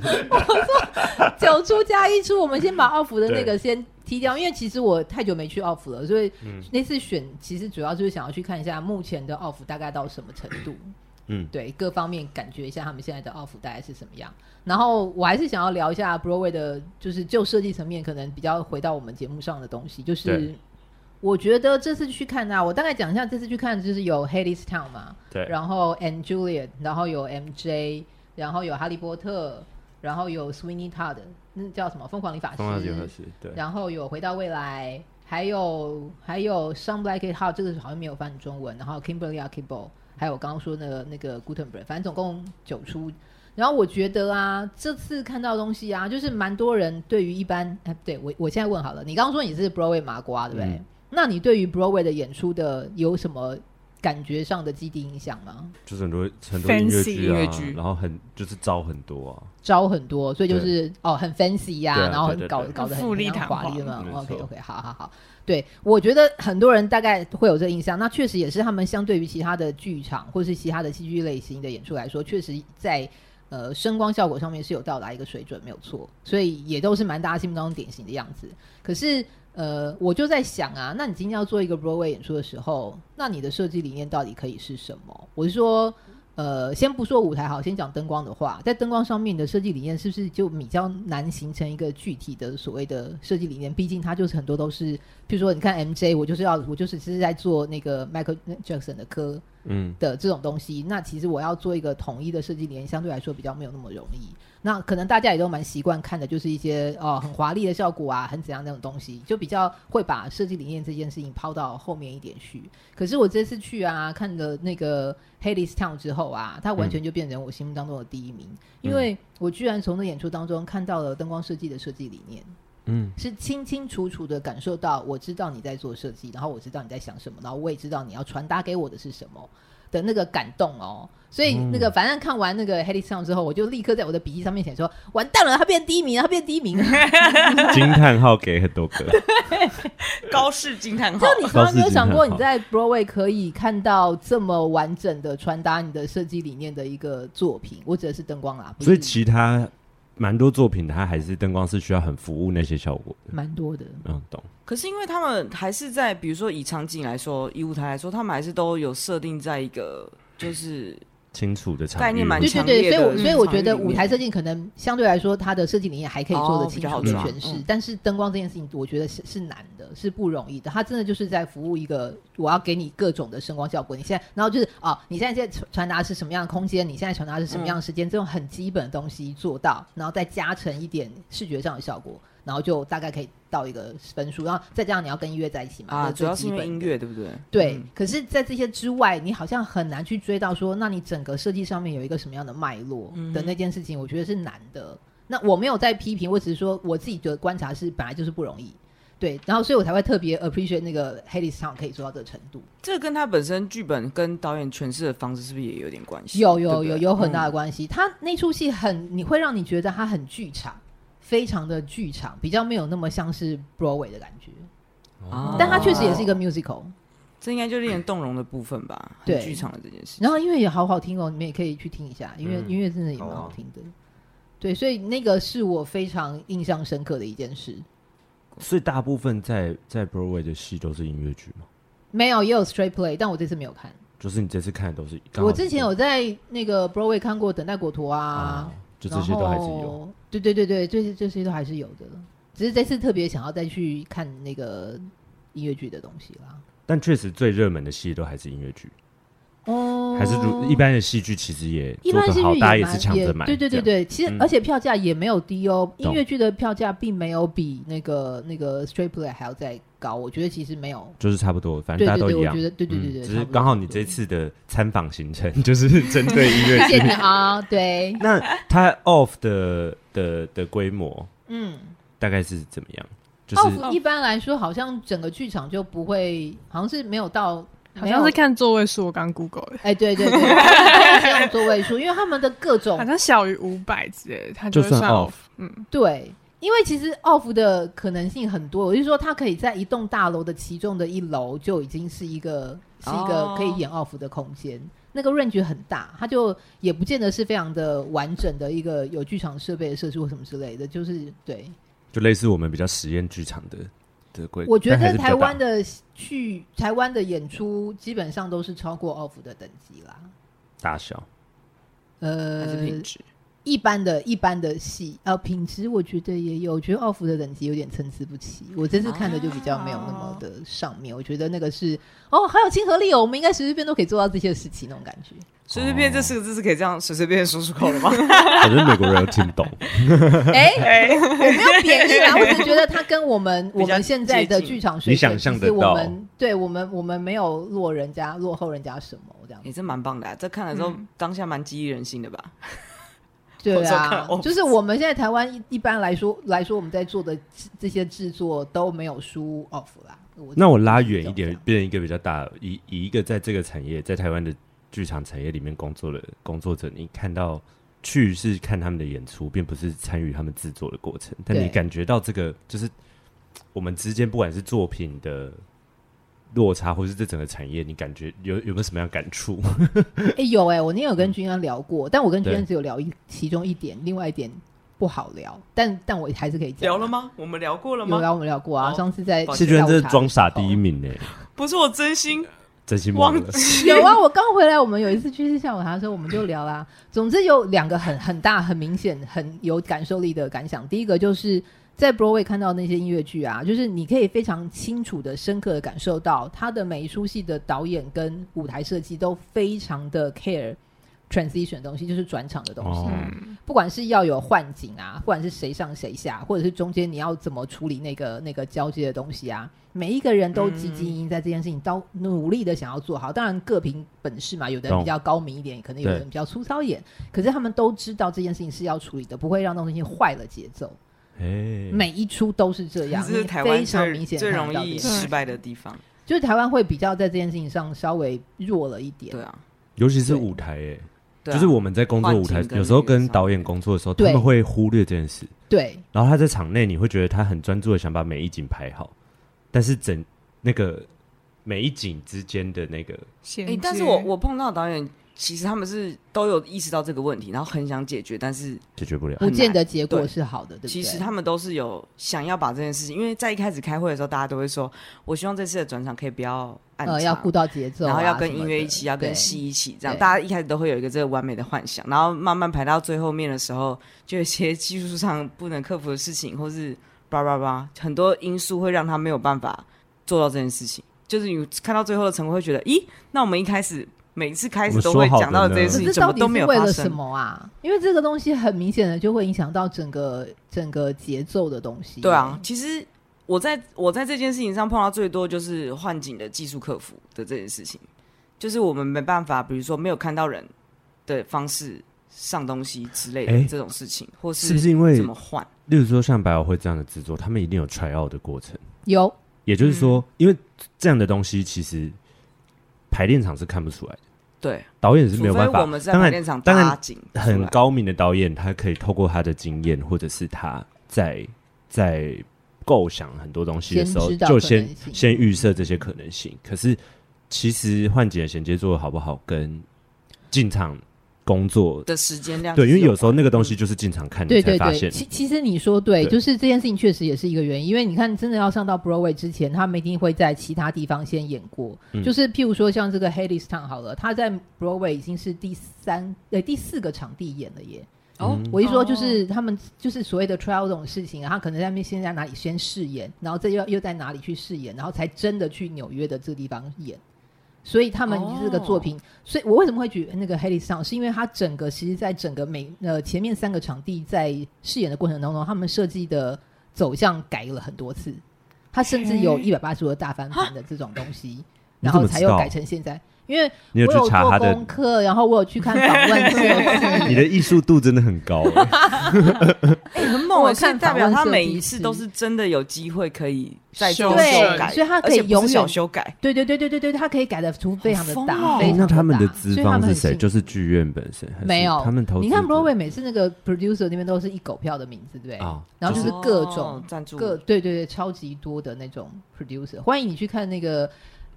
C: 九出加一出，我们先把 off 的那
A: 对
C: 个先踢掉，因为其实我太久没去 off 了，所以
A: 嗯
C: 那次选其实主要就是想要去看一下目前的 off 大概到什么程度。
A: 嗯，
C: 对各方面感觉一下他们现在的奥服大概是什么样。然后我还是想要聊一下 Broadway 的，就是就设计层面可能比较回到我们节目上的东西，就是
A: 对
C: 我觉得这次去看啊，我大概讲一下这次去看，就是有 Hadestown 嘛，
A: 对，
C: 然后 And Juliet，然后有 MJ，然后有哈利波特，然后有 Sweeney Todd，那叫什么疯狂理发
A: 疯狂结合
C: 师，
A: 是，对，
C: 然后有回到未来。还有还有 Some Black It Hot，这个好像没有翻译中文。然后 Kimberly a k i b o 还有我刚刚说那个那个 Gutenberg，反正总共九出。然后我觉得啊，这次看到的东西啊，就是蛮多人对于一般，哎，对我我现在问好了，你刚刚说你是 Broadway 麻瓜，对不对？
A: 嗯
C: 那你对于 Broadway 的演出的有什么感觉上的基地影响吗？
A: 就是很多很多音乐
B: Fancy
A: 剧
D: 音
A: 啊，
D: 乐剧
A: 然后很就是招很多啊，
C: 招很多，所以就是哦，很 fancy 呀、
A: 对啊
C: 然后
A: 对对
C: 很搞
A: 对
C: 搞得很
B: 富丽
C: 很
B: 堂
C: 华
B: 皇
C: 丽嘛
A: 没。错
C: OK OK，好好好，对我觉得很多人大概会有这印象。那确实也是他们相对于其他的剧场或是其他的戏剧类型的演出来说，确实在呃声光效果上面是有到达一个水准，没有错。所以也都是蛮大家心目当中典型的样子。可是呃，我就在想啊，那你今天要做一个 Broadway 演出的时候，那你的设计理念到底可以是什么？我是说，呃，先不说舞台好，先讲灯光的话，在灯光上面，你的设计理念是不是就比较难形成一个具体的所谓的设计理念？毕竟它就是很多都是，譬如说，你看 MJ，我就是要我就是只是在做那个 Michael Jackson 的歌，
A: 嗯，
C: 的这种东西，那其实我要做一个统一的设计理念，相对来说比较没有那么容易。那可能大家也都蛮习惯看的，就是一些哦很华丽的效果啊，很怎样那种东西，就比较会把设计理念这件事情抛到后面一点去。可是我这次去啊，看了那个《Hades Town》之后啊，它完全就变成我心目当中的第一名，因为我居然从那演出当中看到了灯光设计的设计理念。
A: 嗯，
C: 是清清楚楚的感受到，我知道你在做设计，然后我知道你在想什么，然后我也知道你要传达给我的是什么的那个感动哦。所
A: 嗯
C: 以那个，反正看完那个《h e l i Song》之后，我就立刻在我的笔记上面写说：“完蛋了，他变第一名了，他变第 一名了。”
A: 惊叹号给很多 个，
D: 高士惊叹号
C: 就，你从来没有想过，你在 Broadway 可以看到这么完整的传达你的设计理念的一个作品。我指的是灯光啦，不
A: 所以
C: 是
A: 其他蛮多作品它还是灯光是需要很服务那些效果的。
C: 蛮多的。
A: 嗯，懂。
D: 可是因为他们还是在，比如说以场景来说，以舞台来说，他们还是都有设定在一个就是
A: 清楚的场域
D: 概念蛮
C: 对对
D: 很强
C: 对，
D: 烈
C: 所
D: 的
C: 以我所以我觉得
D: 嗯
C: 舞台设计可能相对来说，它的设计理念还可以做
D: 哦
C: 得
D: 比
C: 清
D: 较
C: 楚
D: 好
C: 的
A: 抓
C: 诠释
D: 嗯，
C: 但是灯光这件事情，我觉得是是难的，是不容易的。它真的就是在服务一个，我要给你各种的声光效果。你现在，然后就是啊，你现在在传传达是什么样的空间，你现在传达是什么样的
D: 嗯
C: 时间，这种很基本的东西做到，然后再加成一点视觉上的效果，然后就大概可以到一个分数。然后再加上你要跟音乐在一起嘛，嗯
D: 啊，
C: 那
D: 主
C: 最
D: 要是
C: 基
D: 因为
C: 本
D: 音
C: 的
D: 乐，对不对？
C: 对，
D: 嗯
C: 可是，在这些之外，你好像很难去追到说，那你整个设计上面有一个什么样的脉络
D: 嗯
C: 的那件事情，我觉得是难的。那我没有在批评，我只是说我自己的观察是本来就是不容易，对，然后所以我才会特别 appreciate 那个 h a l e s 唱可以做到这个程度，
D: 这个跟他本身剧本跟导演诠释的方式是不是也有点关系？
C: 有
D: 对嗯
C: 有
D: 不对
C: 有有很大的关系。他那出戏很，你会让你觉得他很剧场，非常的剧场，比较没有那么像是 Broadway 的感觉，
D: 啊
C: 但他确实也是一个 musical。
D: 这应该就是令人动容的部分吧，很
C: 对
D: 剧场的这件事情。
C: 然后音乐也好好听哦，你们也可以去听一下，因为
A: 嗯
C: 音乐真的也蛮好听的。对，所以那个是我非常印象深刻的一件事。
A: 所以大部分在在 Broadway 的戏都是音乐剧嘛，
C: 没有，也有 straight play，但我这次没有看。
A: 就是你这次看的都是。刚好
C: 我之前有在那个 Broadway 看过《等待果陀》啊
A: 啊，，就这些都还是
C: 然
A: 有。
C: 后。对对对对，这些这些都还是有的，只是这次特别想要再去看那个音乐剧的东西啦。
A: 但确实最热门的戏都还是音乐剧，
C: 哦，
A: 还是如一般的戏剧其实也
C: 一
A: 做
C: 般
A: 得
C: 戏剧
A: 好，
C: 也
A: 大家也
C: 蛮
A: 是抢着买。
C: 对对对
A: 这样，
C: 对，其实、
A: 嗯
C: 而且票价也没有低哦，音
A: 懂
C: 乐剧的票价并没有比那个那个 straight play 还要再高，我觉得其实没有。
A: 就是差不多，反
C: 对
A: 正大家
C: 对
A: 都一
C: 对，我
A: 样
C: 觉。得对对对
A: 嗯
C: 对，
A: 只是
C: 差不多
A: 刚好
C: 差
A: 你
C: 不
A: 这
C: 多
A: 次的参访行程 就是针对音乐剧
C: 谢 谢。你 啊，对，
A: 那它 off 的的的规模
C: 嗯，
A: 大概是怎么样？ 就
C: 奥
A: 是
C: 福一般来说好像整个剧场就不会，好像是没有到，
B: 嗯好
C: 没有
B: 像是看座位数，我刚 Google 的，
C: 哎，对对 对，他们先用座位数，因为他们的各种
B: 好像小于五百之类的，它
A: 就
B: 会
A: 算
B: 算
A: off。
B: 嗯，
C: 对，因为其实 off 的可能性很多，我就说它可以在一栋大楼的其中的一楼就已经是一个是一个
D: 哦
C: 可以演 off 的空间。那个 range 很大，它就也不见得是非常的完整的一个有剧场设备的设施或什么之类的，就是对。
A: 就类似我们比较实验剧场的的规格。
C: 我觉
A: 但还是
C: 得
A: 比较
C: 台湾
A: 大
C: 的去台湾的演出基本上都是超过 off 的等级啦，
A: 大小，
D: 还是
C: 呃，
D: 品质。
C: 一般的一般的戏，呃，品质我觉得也有，我觉得奥福的等级有点参差不齐。我这次看的就比较没有那么的上面，我觉得那个是哦，还有亲和力哦，我们应该随随便都可以做到这些事情那种感 觉。
D: 随随便这四个字是可以这样随随便便说出口的吗？
C: 哦
A: 反正美国人有听懂。
C: 哎、我没有贬义啊啦，我只是觉得它跟我们
D: 比较
C: 我们现在的
D: 接近
C: 剧场水
A: 你
C: 准，
A: 想象
C: 其
A: 得
C: 实
A: 到
C: 我们对我们我们没有落人家落后人家什么这 样
D: 也、真蛮棒的、啊，这看了之后、
B: 嗯
D: 当下蛮激励人心的吧？
C: 对
D: 我说看
C: 啊
D: 哦，
C: 就是我们现在台湾一一般来说来说，我们在做的这这些制作都没有输 off 啦。
A: 那我拉远一
C: 这
A: 点
C: 样，
A: 变成一个比较大，以以一个在这个产业，在台湾的剧场产业里面工作的工作者，你看到去是看他们的演出，并不是参与他们制作的过程，但
C: 对
A: 你感觉到这个就是我们之间不管是作品的。落差，或是这整个产业，你感觉有有没有什么样的感触？
D: 哦
C: 哎、有哎、我那天有跟君安聊过，但我跟君安
A: 嗯对
C: 只有聊一其中一点，另外一点不好聊。但但我还是可以讲啊。
D: 聊了吗？我们聊过了
C: 有
D: 吗？
C: 聊我们聊过啊，
D: 哦
C: 上次在
D: 抱
A: 谢
D: 歉
A: 娟
C: 下午
A: 真是
C: 茶的
A: 装傻
C: 时候
A: 第一。名呢、
D: 不是我真心
A: 真心忘
D: 忘
A: 了。
D: 记。
C: 有啊，我刚回来，我们有一次去吃下午茶的时候，我们就聊啦。总之有两个很很大、很明显、很有感受力的感想。第一个就是在 Broadway 看到那些音乐剧啊，就是你可以非常清楚的、深刻的感受到，他的每一出戏的导演跟舞台设计都非常的 care transition 的东西，就是转场的东西。
A: 哦
B: 嗯
C: 不管是要有换景啊，不管是谁上谁下，或者是中间你要怎么处理那个那个交接的东西啊，每一个人都积极营营在这件事情，都努力的想要做好。当然各凭本事嘛，有的人
A: 懂
C: 比较高明一点，可能有的人比较粗糙一点，可是他们都知道这件事情是要处理的，不会让东西坏了节奏。
A: 哎，
C: 每一出都是这样，
D: 这是
C: 你
D: 台
C: 非
D: 湾
C: 常
D: 最
C: 明显
D: 最
C: 看得
D: 容
C: 到
D: 易
C: 这个
D: 失败的地方。
C: 就是台湾会比较在这件事情上稍微弱了一点
D: 对。啊，
A: 尤其是舞台、欸，
D: 对啊
A: 就是我们在工作舞台
D: 环境，跟
A: 有时候跟
D: 那个
A: 导演工作的时候，他
C: 对
A: 们会忽略这件事。
C: 对，
A: 然后他在场内，你会觉得他很专注的想把每一景拍好，但是整那个每一景之间的那个，
B: 衔
D: 哎、
B: 接
D: 但是我我碰到的导演，其实他们是都有意识到这个问题，然后很想解决，但是
A: 解决不了。
C: 不见得结果
D: 对
C: 是好的，对不对？
D: 其实他们都是有想要把这件事情，因为在一开始开会的时候，大家都会说，我希望这次的转场可以不要暗场，
C: 呃要顾到节奏啊、
D: 然后要
C: 什
D: 跟
C: 么
D: 音乐
C: 的
D: 一起，要跟
C: 对
D: 戏一起，这样
C: 对
D: 大家一开始都会有一个这个完美的幻想，然后慢慢排到最后面的时候，就有一些技术上不能克服的事情，或是叭叭叭，很多因素会让他没有办法做到这件事情。就是你看到最后的成果，会觉得，咦，那我们一开始每一次开始都会讲到这件
A: 我
D: 事
A: 们
C: 可是
D: 情，怎么
C: 到底
D: 都
C: 是
D: 没有
C: 为
D: 发
C: 了什
D: 生？
C: 么啊？因为这个东西很明显的就会影响到整个整个节奏的东西。
D: 对啊，，其实我在我在这件事情上碰到最多就是幻景的技术克服的这件事情，就是我们没办法，比如说没有看到人的方式上东西之类的
A: 哎
D: 这种事情，或
A: 是不是因为
D: 怎么换？
A: 例如说像百老汇这样的制作，他们一定有 try out 的过程。
C: 有
A: 也就是说，
D: 嗯
A: 因为这样的东西其实排练场是看不出来的，
D: 对，
A: 导演是
D: 除
A: 没有
D: 非
A: 办
D: 我
A: 法。
D: 们是在
A: 当
D: 排
A: 然，
D: 练场
A: 当然
D: 搭景出来，
A: 很高明的导演，他可以透过他的经验，或者是他在在构想很多东西的时候，
C: 先知道
A: 就
C: 可能
A: 先
C: 性
A: 先预设这些可能性。可是，其实幻姐的衔接做的好不好，跟进场工作
D: 的时间量是
A: 对，
D: 关，
A: 因为有时候那个东西就是进场看你
C: 对
A: 嗯才
C: 对
A: 发
C: 对，
A: 现，
C: 其其实你说对，
A: 对
C: 就是这件事情确实也是一个原因，因为你看，真的要上到 Broadway 之前，他们一定会在其他地方先演过，
A: 嗯
C: 就是譬如说像这个 Hades Town 好了，他在 Broadway 已经是第三呃第四个场地演了耶。
D: 哦
A: 嗯
C: 我一说就是他们就是所谓的 trial 这种事情啊，他可能在那边先在哪里先试演，然后再又又在哪里去试演，然后才真的去纽约的这个地方演。所以他们这个作
A: 哦
C: 品，所以我为什么会举那个 h a l e y s o n 是因为它整个其实在整个每呃前面三个场地在饰演的过程当中，他们设计的走向改了很多次，它甚至有一百八十度的大翻盘的这种东西，
A: 你怎
C: 然后
A: 么
C: 才
A: 知
C: 又
A: 道
C: 改成现在。因为
A: 你有
C: 我
A: 去
C: 有
A: 查
C: 做
A: 他的
C: 功，课，然后我有去看访问设 计，
A: 你的艺术度真的很高、欸
D: 哎很猛
C: 我
D: 欸，所以
C: 看
D: 代表
C: 访问
D: 他
C: 设
D: 每
C: 计
D: 一次
C: 师
D: 都是真的有机会可以再
B: 修
D: 做
B: 正
D: 修改，
C: 所以他可
D: 而
C: 以
D: 且不
C: 永
D: 是小
C: 远
D: 修改，
C: 对对对对对对，它可以改的图非常的
D: 好疯
C: 大，
D: 哦
C: 非常
A: 那
C: 地
A: 他们的
C: 大
A: 资
C: 所以他
A: 方
C: 们
A: 是
C: 很
A: 谁？
C: 幸
A: 就是剧院本身还是
C: 没有
A: 他们投资
C: 你看
A: 者
C: Broadway 每次那个 producer 那边都是一狗票的名字，对不对？
A: 啊，
C: 然后
A: 就
C: 就是是各种
D: 哦赞助
C: 各对对对，超级多的那种 producer。欢迎你去看那个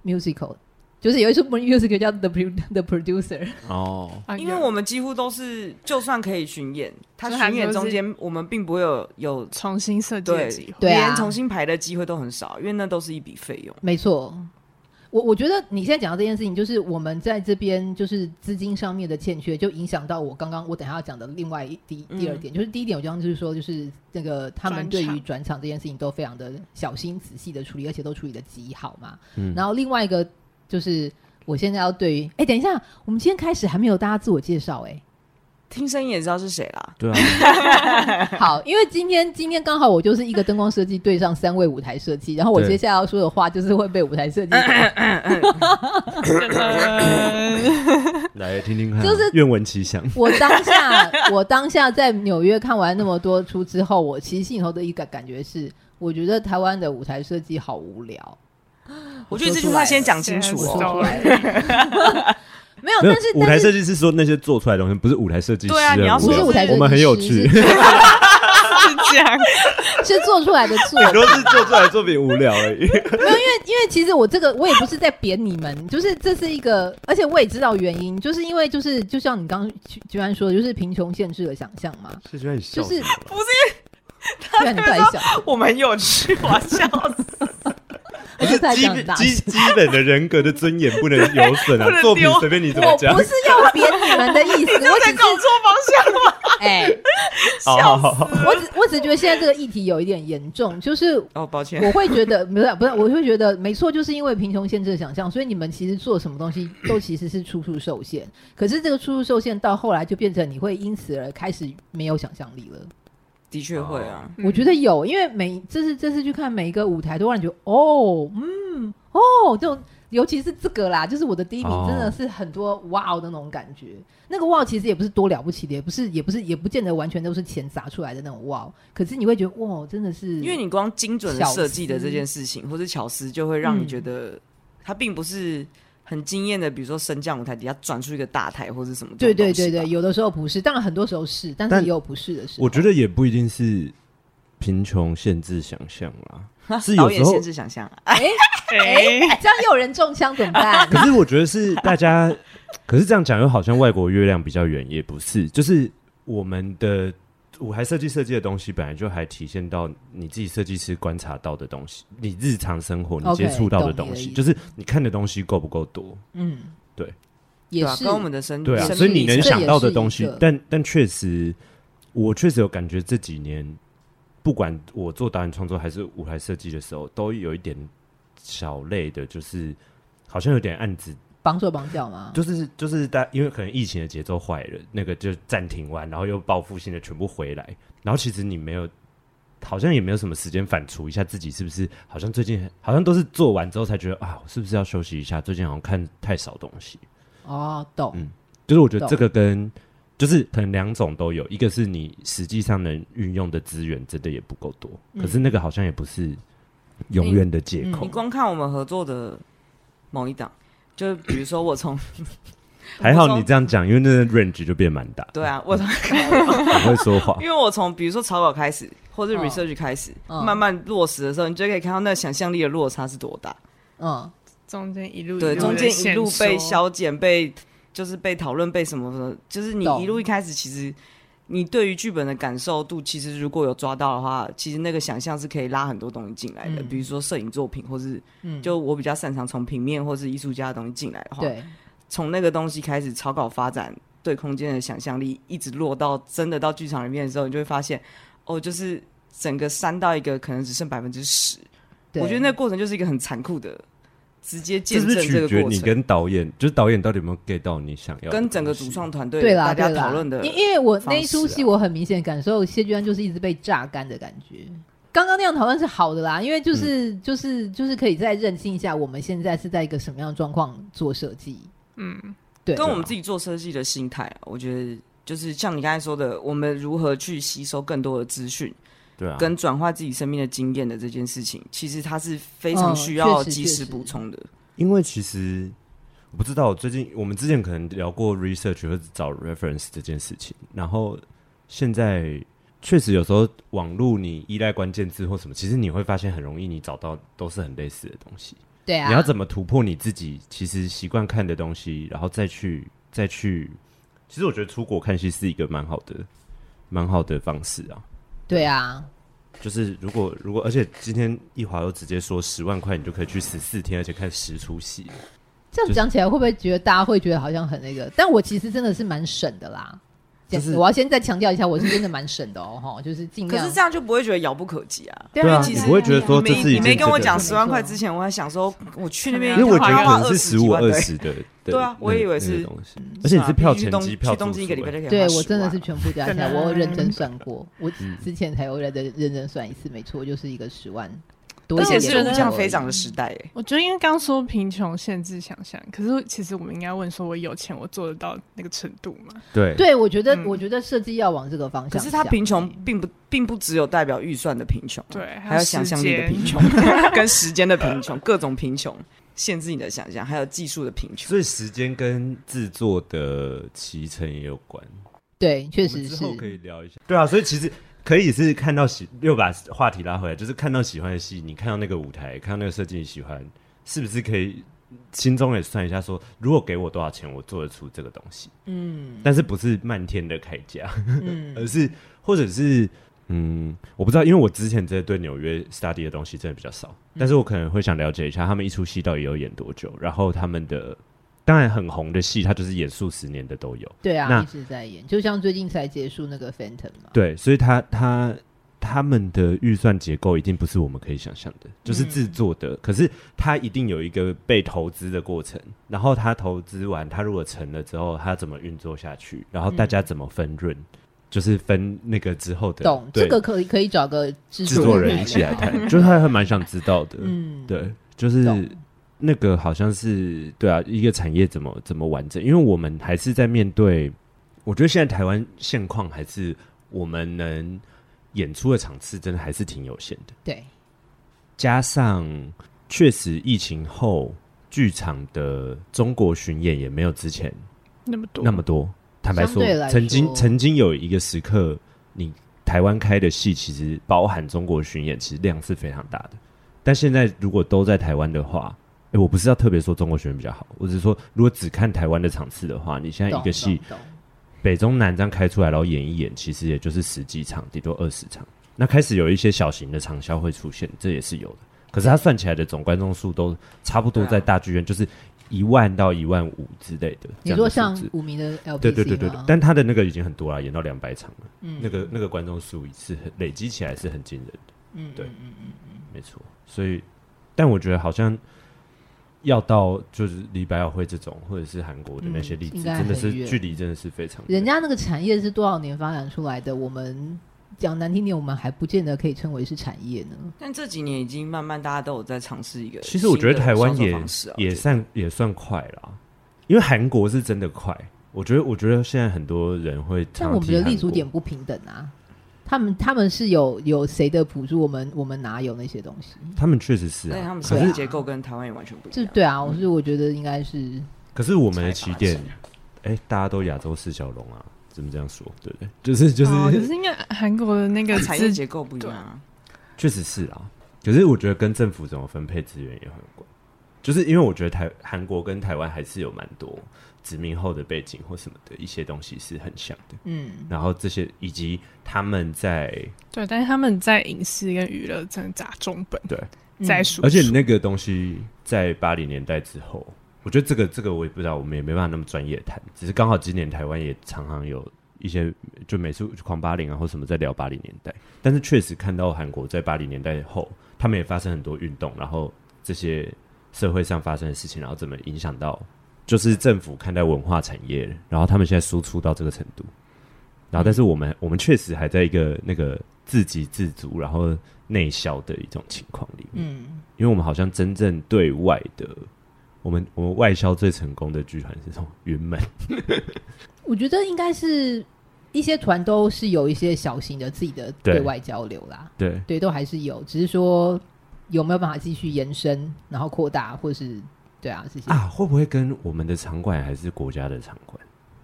C: musical，就是有一出 musical 叫 The Pro- The Producer，
A: 哦，
B: 啊
D: 因为
B: 有
D: 我们几乎都是，就算可以巡演，他
B: 就还
D: 巡演
B: 都是
D: 中间我们并不会有有
B: 重新设计
D: 对
B: 的机会，
C: 对啊
D: 连重新排的机会都很少，因为那都是一笔费用。
C: 没错。我我觉得你现在讲到这件事情，就是我们在这边就是资金上面的欠缺，就影响到我刚刚我等一下要讲的另外一第第二点，就是第一点，我刚刚就是说，就是那个他们
B: 嗯转场
C: 对于转场这件事情都非常的小心仔细的处理，而且都处理的极好嘛。
B: 嗯
C: 然后另外一个就是我现在要对于，哎，等一下，我们今天开始还没有大家自我介绍、哎。
D: 听声音也知道是谁啦，
A: 对啊，
C: 好，因为今天今天刚好我就是一个灯光设计对上三位舞台设计，然后我
A: 对
C: 接下来要说的话就是会被舞台设计，
B: 噔噔
A: 来听听看，
C: 就是啊
A: 愿闻其详。
C: 我当下，我当下在纽约看完那么多出之后，我其实心里头的一个感觉是，我觉得台湾的舞台设计好无聊。
D: 我觉得这句话先讲清楚
B: 啊
C: 我说
D: 哦。
C: 出来了，没有，
A: 没有
C: 但是
A: 舞台
C: 但是
A: 设计是说那些做出来的东西，不是舞台设计师
D: 对啊
A: 很
D: 你要
A: 无
C: 不是
A: 聊
C: 舞台设计师，
A: 我们很有趣，
C: 是
B: 是这样，
C: 是做出来的作
A: 很多是做出来的作品无聊而已。
C: 因为其实我这个我也不是在贬你们，就是这是一个，而且我也知道原因，就是因为就是就像你刚刚居居然说的，就是贫穷限制了想象嘛。
A: 是觉得你笑
C: 就是
A: 什么啊
C: 居然你 在想，
D: 我们很有趣，我要笑死，
C: 而且在
A: 基
C: 讲很
A: 本
C: 大
A: 基基本的人格的尊严不能有损
D: 不
A: 啊，
D: 能
A: 作
D: 丢
A: 品随便你怎么
C: 我
A: 讲
C: 不。是要贬你们的意 思，我只
D: 在
C: 是
D: 搞错方向了。
C: 哎、
A: 好 好好好，
C: 我只我只觉得现在这个议题有一点严重，就是
D: 哦，抱歉，
C: 我会觉得不是不是，我会觉得没错，就是因为贫穷限制了想象，所以你们其实做什么东西都其实是处处受限。可是这个处处受限到后来就变成你会因此而开始没有想象力了。
D: 的确会啊。
C: 我觉得嗯有，因为每这次这次去看每一个舞台，都让你觉得哦，嗯，哦，这种尤其是这个啦，就是我的第一名
A: 哦
C: 真的是很多哇哦的那种感觉。那个哇、哦其实也不是多了不起的，也不是也不是也不见得完全都是钱砸出来的那种哇、哦，可是你会觉得哇、哦真的是
D: 因为你光精准的
C: 巧
D: 设计的
C: 思
D: 这件事情，或是巧思，就会让你
C: 嗯
D: 觉得它并不是很惊艳的，比如说升降舞台底下转出一个大台或是什么
C: 对
D: 这种东
C: 对
D: 西吧。
C: 对对，有的时候不是，当然很多时候是，但是
A: 但
C: 也有不是的时候。
A: 我觉得也不一定是贫穷限制想象啦，是有
D: 导
A: 时
D: 演
A: 候
D: 限，制想象啊，
B: 哎，
C: 这样又有人中枪怎么 办？
A: 可是我觉得是大家， 可是这样讲又好像外国月亮比较圆，也不是，就是我们的舞台设计设计的东西，本来就还体现到你自己设计师观察到的东西，你日常生活你
C: OK，
A: 接触到的
C: 懂
A: 东
C: 你的
A: 西，
C: 意思
A: 就是你看的东西够不够多，
C: 嗯，
A: 对，
C: 也
D: 对啊
C: 是
D: 跟我们的生
A: 对啊，
D: 生
A: 所以
D: 命
A: 你
D: 历
A: 能
D: 程
A: 想到的东
C: 嗯这也
A: 西
C: 是一个，
A: 但但确实，我确实有感觉这几年，不管我做导演创作还是舞台设计的时候，都有一点小累的，就是好像有点暗指，
C: 绑手绑脚嘛。
A: 就是就是大，因为可能疫情的节奏坏了，那个就暂停完，然后又报复性的全部回来，然后其实你没有。好像也没有什么时间反刍一下自己是不是，好像最近好像都是做完之后才觉得啊，我是不是要休息一下？最近好像看太少东西。
C: 哦，懂。
A: 嗯就是我觉得
C: 懂
A: 这个跟就是可能两种都有，一个是你实际上能运用的资源真的也不够多，
C: 嗯
A: 可是那个好像也不是永远的借
C: 哦
A: 口
D: 你。光看我们合作的某一档，就 比如说我从
A: 还
D: 我
A: 好
D: 从，
A: 你这样讲，因为那个 range 就变蛮大
D: 对啊，我
C: 嗯
D: 从
A: 很会说话
D: 因为我从比如说草稿开始，或是
C: 嗯
D: research 开始，
C: 嗯
D: 慢慢落实的时候，你就可以看到那想象力的落差是多大。
C: 嗯，
B: 中间一路
D: 对，
B: 一路
D: 中
B: 的
D: 间一
B: 线
D: 路被
B: 索
D: 消减，被就是被讨论，被什么什么，就是你
C: 懂
D: 一路一开始其实。你对于剧本的感受度，其实如果有抓到的话，其实那个想象是可以拉很多东西进来的，
C: 嗯
D: 比如说摄影作品，或是
C: 嗯
D: 就我比较擅长从平面或是艺术家的东西进来的话，
C: 对，
D: 从那个东西开始草稿发展，对空间的想象力一直落到真的到剧场里面的时候，你就会发现，哦，就是整个删到一个可能只剩百分之十。
C: 对
D: 我觉得那个过程就是一个很残酷的，直接
A: 这
D: 见
A: 是
D: 证
A: 不是
D: 这
A: 取
D: 个
A: 决
D: 过
A: 你
D: 程，
A: 跟导演，就是导演到底有没有 get 到你想要的
D: 跟整个
A: 东西
D: 主创团
C: 对
D: 队
C: 啦，
D: 大家
C: 对啦
D: 讨论的
C: 因因为我
D: 方
C: 那一出
D: 式啊
C: 戏，我很明显感受谢君安就是一直被榨干的感觉。刚刚那样讨论是好的啦，因为就是、
D: 嗯
C: 就是就是可以再认清一下我们现在是在一个什么样的状况做设计。
B: 嗯，
C: 对，
D: 跟我们自己做设计的心态，我觉得就是像你刚才说的，我们如何去吸收更多的资讯，
A: 对啊，
D: 跟转化自己生命的经验的这件事情，其实它是非常
C: 嗯
D: 需
C: 确
D: 要
C: 实
D: 及
C: 确
D: 时
C: 实
D: 补充的。
A: 因为其实我不知道，最近我们之前可能聊过 research 或者找 reference 这件事情，然后现在确实有时候网络你依赖关键字或什么，其实你会发现很容易你找到都是很类似的东西。
C: 对啊，
A: 你要怎么突破你自己其实习惯看的东西，然后再去再去，其实我觉得出国看戏是一个蛮好的蛮好的方式啊。
C: 对啊，
A: 就是如果如果，而且今天一华又直接说十万块你就可以去十四天，而且看十出戏，
C: 这样讲起来会不会觉得大家会觉得好像很那个？但我其实真的是蛮省的啦。
A: 就是
C: 我要先再强调一下，我是真的蛮省的哦，哈，就是尽
D: 可
C: 量。
D: 是这样就不会觉得遥不可及啊。
C: 对
A: 对啊
C: 其
A: 你
C: 实
A: 不会觉得说这
D: 你
A: 是一
D: 你没
A: 件
D: 跟我
A: 值得
D: 讲
C: 值
D: 十
C: 得
D: 万
C: 的
D: 块
C: 事
D: 之前，我还想说我去那
A: 因
D: 边
A: 为我觉得
D: 要花
A: 可能是十
D: 20几
A: 五
D: 万
A: 二
D: 对
A: 十 的，
D: 对啊我以为是
A: 那
D: 啊
A: 个东西，而且你是票前
D: 东
A: 机票
D: 去东
A: 住
D: 京
A: 宿哎
D: 一个礼拜就可以花啊
C: 对
D: 10
C: 我真的是
D: 万
C: 全部加起来，
B: 真的
C: 我有认 真算过，我
A: 嗯
C: 之前才有认真认真算一次，没错，就是一个十万多
D: 而
C: 一
D: 且
C: 点
D: 是
C: 点
D: 物
C: 左右而已。
D: 价飞涨
A: 嗯
D: 的时代，哎，
B: 我觉得因为刚说贫穷限制想象，可是其实我们应该问说，我有钱我做得到那个程度吗？
A: 对
C: 对，我觉得、
B: 嗯
C: 我觉得设计要往这个方向
D: 可
C: 想。
D: 是它贫穷并不并不只有代表预算的贫穷，，啊
B: 对，
D: 还有想象力的
B: 时间
D: 贫穷， 跟时间的贫穷，各种贫穷限制你的想象，还有技术的贫穷。
A: 所以时间跟制作的骑程也有关，
C: 对，确
A: 我们
C: 实
A: 之
C: 是
A: 后可以聊一下。对啊，所以其实可以是看到喜，又把话题拉回来，就是看到喜欢的戏，你看到那个舞台，看到那个设计，你喜欢，是不是可以心中也算一下说如果给我多少钱，我做得出这个东西？
C: 嗯
A: 但是不是漫天的铠甲，
C: 嗯，
A: 而是或者是嗯，我不知道，因为我之前真的对纽约 study 的东西真的比较少，但是我可能会想了解一下他们一出戏到底有演多久，然后他们的当然很红的戏，它就是演数十年的都有，
C: 对啊，
A: 那
C: 一直在演，就像最近才结束那个 Phantom 嘛，
A: 对，所以他他他们的预算结构一定不是我们可以想象的，就是制作的，
C: 嗯
A: 可是他一定有一个被投资的过程，然后他投资完，他如果成了之后，他怎么运作下去，然后大家怎么分润。就是分那个之后的，
C: 懂
A: 对
C: 这个可以可以找个制
A: 制作
C: 人
A: 人一起来
C: 聊
A: 谈，就是他还蛮想知道的。
C: 嗯，
A: 对，就是
C: 懂
A: 那个好像是对啊，一个产业怎么怎么完整？因为我们还是在面对，我觉得现在台湾现况还是我们能演出的场次真的还是挺有限的。
C: 对，
A: 加上确实疫情后剧场的中国巡演也没有之前
B: 那么多，
A: 那么多。坦白
C: 相
A: 说
C: 对，来
A: 曾经
C: 说
A: 曾经有一个时刻，你台湾开的戏其实包含中国巡演，其实量是非常大的。但现在如果都在台湾的话，诶，我不是要特别说中国巡演比较好，我只是说如果只看台湾的场次的话，你现在一
C: 懂
A: 个戏，
C: 哦懂懂
A: 北中南这样开出来，然后演一演，其实也就是十几场，顶多二十场。那开始有一些小型的场销会出现，这也是有的。可是它算起来的总观众数都差不多
D: 对啊
A: 在大剧院，就是一万到一万五之类的。这
C: 你
A: 样的
C: 说
A: 数
C: 像
A: 字
C: 五迷的 LPC
A: 对对对对对
C: 吗，
A: 但他的那个已经很多了，啊演到两百场了，
C: 嗯
A: 那个那个观众数是很累积起来是很惊人的，
C: 嗯
A: 对没错。所以，但我觉得好像要到就是李百老汇这种，或者是韩国的那些例子，
C: 嗯应该
A: 真的是
C: 很远
A: 距离真的是非常远
C: 人家那个产业是多少年发展出来的？我们讲难听点，我们还不见得可以称为是产业呢。
D: 但这几年已经慢慢大家都有在尝试一个
A: 其
D: 新的
A: 实我觉
D: 销售方式啊。
A: 得台湾也
D: 我
A: 也
D: 觉得
A: 算也算快啦，因为韩国是真的快。我觉得我觉得现在很多人会常
C: 但
A: 常
C: 我们的
A: 提韩
C: 立足
A: 国
C: 点不平等啊。他们他们是有有谁的补助，我们我们哪有那些东西？
A: 他们确实是
D: 但
A: 啊，
D: 他们
A: 可
D: 商业
A: 是
D: 结构跟台湾也完全不一
C: 这
D: 样。
C: 对
A: 嗯
C: 啊，我是我觉得应该是
A: 可是我们
C: 啊
A: 的
D: 才
A: 起
D: 发
A: 点
D: 现，
A: 哎、大家都亚洲四小龙啊，怎么这样说？对不对？就是就是，
B: 哦可是应该韩国的那个
D: 产业
B: 自
D: 结构不一样啊。
A: 确实是啊。可是我觉得跟政府怎么分配资源也很关，就是因为我觉得台韩国跟台湾还是有蛮多殖民后的背景或什么的一些东西是很像的。
C: 嗯，
A: 然后这些以及他们在
B: 对，但是他们在影视跟娱乐真的砸重本，
A: 对，
D: 嗯
B: 在数、
A: 而且那个东西在八零年代之后，我觉得这个这个我也不知道，我们也没办法那么专业谈，只是刚好今年台湾也常常有一些就美术狂八零啊或什么在聊八零年代，但是确实看到韩国在八零年代后，他们也发生很多运动，然后这些社会上发生的事情，然后怎么影响到就是政府看待文化产业，然后他们现在输出到这个程度，然后但是我们、我们确实还在一个那个自给自足，然后内销的一种情况里面。
C: 嗯，
A: 因为我们好像真正对外的，我们我们外销最成功的剧团是从云门，
C: 我觉得应该是一些团都是有一些小型的自己的
A: 对
C: 对外交流啦，
A: 对
C: 对，都还是有，只是说有没有办法继续延伸，然后扩大，或是对啊这些、
A: 啊，会不会跟我们的场馆还是国家的场馆、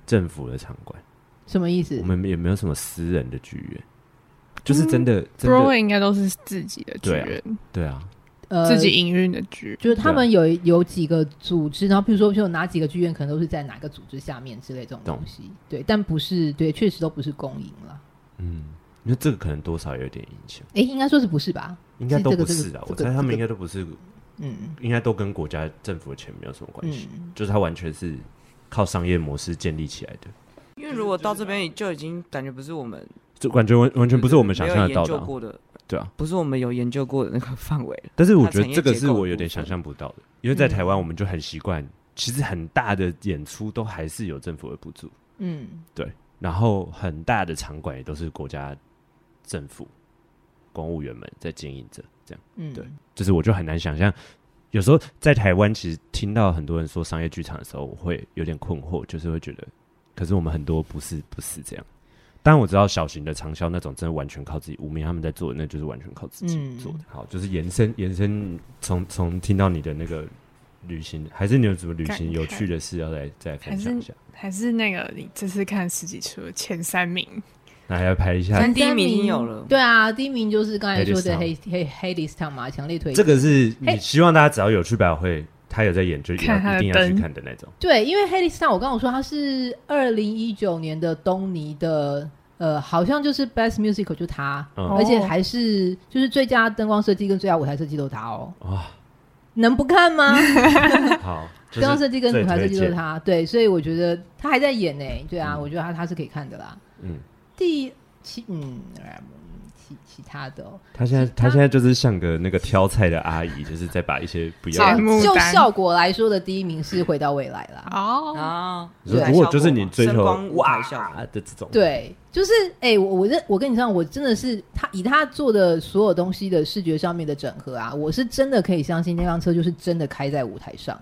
A: 政府的场馆，
C: 什么意思
A: 我？们也没有什么私人的剧院，就是真
C: 嗯
A: 的、真
B: Broadway
A: 的
B: 应该都是自己的剧
A: 对啊
B: 院，
A: 对啊，
C: 呃
B: 自己营运的剧，
C: 就是他们有有几个组织，然后比如说，就有哪几个剧院可能都是在哪个组织下面之类这种东西，对，但不是对，确实都不是公营了。
A: 嗯，你说这个可能多少有点影响，
C: 诶，应该说是不是吧？
A: 应该都不
C: 这个这个
A: 是啊，
C: 这个
A: 我猜他
C: 这
A: 们
C: 个
A: 应该都不是，
C: 嗯
A: 应该都跟国家政府的钱没有什么关系，
C: 嗯，
A: 就是它完全是靠商业模式建立起来的。
D: 因为如果到这边就已经感觉不是我们，
A: 就感觉完完全不是我们想象
D: 没
A: 得
D: 有
A: 到
D: 研
A: 的
D: 究
A: 啊、
D: 过的，
A: 对啊。
D: 不是我们有研究过的那个范围。
A: 但是我觉
D: 它产
A: 得
D: 业
A: 这个
D: 结
A: 是
D: 构的
A: 我有
D: 部
A: 点想
D: 分
A: 象不到的，因为在
C: 嗯
A: 台湾我们就很习惯，其实很大的演出都还是有政府的补助，
C: 嗯，
A: 然后很大的场馆也都是国家政府公务员们在经营着，这样
C: 嗯，
A: 对就是我就很难想象。有时候在台湾，其实听到很多人说商业剧场的时候，我会有点困惑，就是会觉得，可是我们很多不是不是这样。
B: 嗯
A: 当然我知道小型的长销那种真的完全靠自己，无名他们在做的那就是完全靠自己。
C: 嗯，
A: 做的。好，就是延伸延伸，从从听到你的那个旅行，还是你有什么旅
B: 感
A: 行
B: 慨
A: 有趣的事要来再分享一下？
B: 还是那个你这次看十几出的前三名，
A: 那还要拍一下
D: 但，第一名已经有了，
C: 对啊，第一名就是刚才说的
A: Hades
C: 黑黑黑 d i s t o w n 嘛，强烈推荐
A: 这个是
C: 嘿
A: 你希望大家只要有去百老汇，他有在演就一定
B: 看他
A: 要
B: 的
A: 一定要去
B: 灯
A: 看的那种。
C: 对，因为黑 a d 我刚刚有说他是二零一九年的东尼的，呃，好像就是 Best Musical 就他，
A: 嗯
C: 而且
B: 哦
C: 还是就是最佳灯光设计跟最佳舞台设计都他哦，
A: 哇，
C: 能不看吗？
A: 好，就
C: 灯光
A: 是
C: 设计跟舞台设计
A: 最推
C: 都是
A: 荐
C: 他，对，所以我觉得他还在演呢、对啊，
A: 嗯
C: 我觉得他他是可以看的啦。
A: 嗯，
C: 第七，嗯，其其他的哦、
A: 他现在
C: 其他
A: 他现在就是像个那个挑菜的阿姨， 就是在把一些不要
B: 节
A: 的。
B: 目
C: 就
B: 单
C: 效果来说的第一名是《回到未来》啦。
B: 哦，
D: 啊，
A: 如
D: 对
A: 如果就是你追
D: 声
A: 求
D: 光舞台效果
A: 的这种，
C: 对，就是哎、我我认我跟你讲，我真的是他以他做的所有东西的视觉上面的整合啊，我是真的可以相信那辆车就是真的开在舞台上。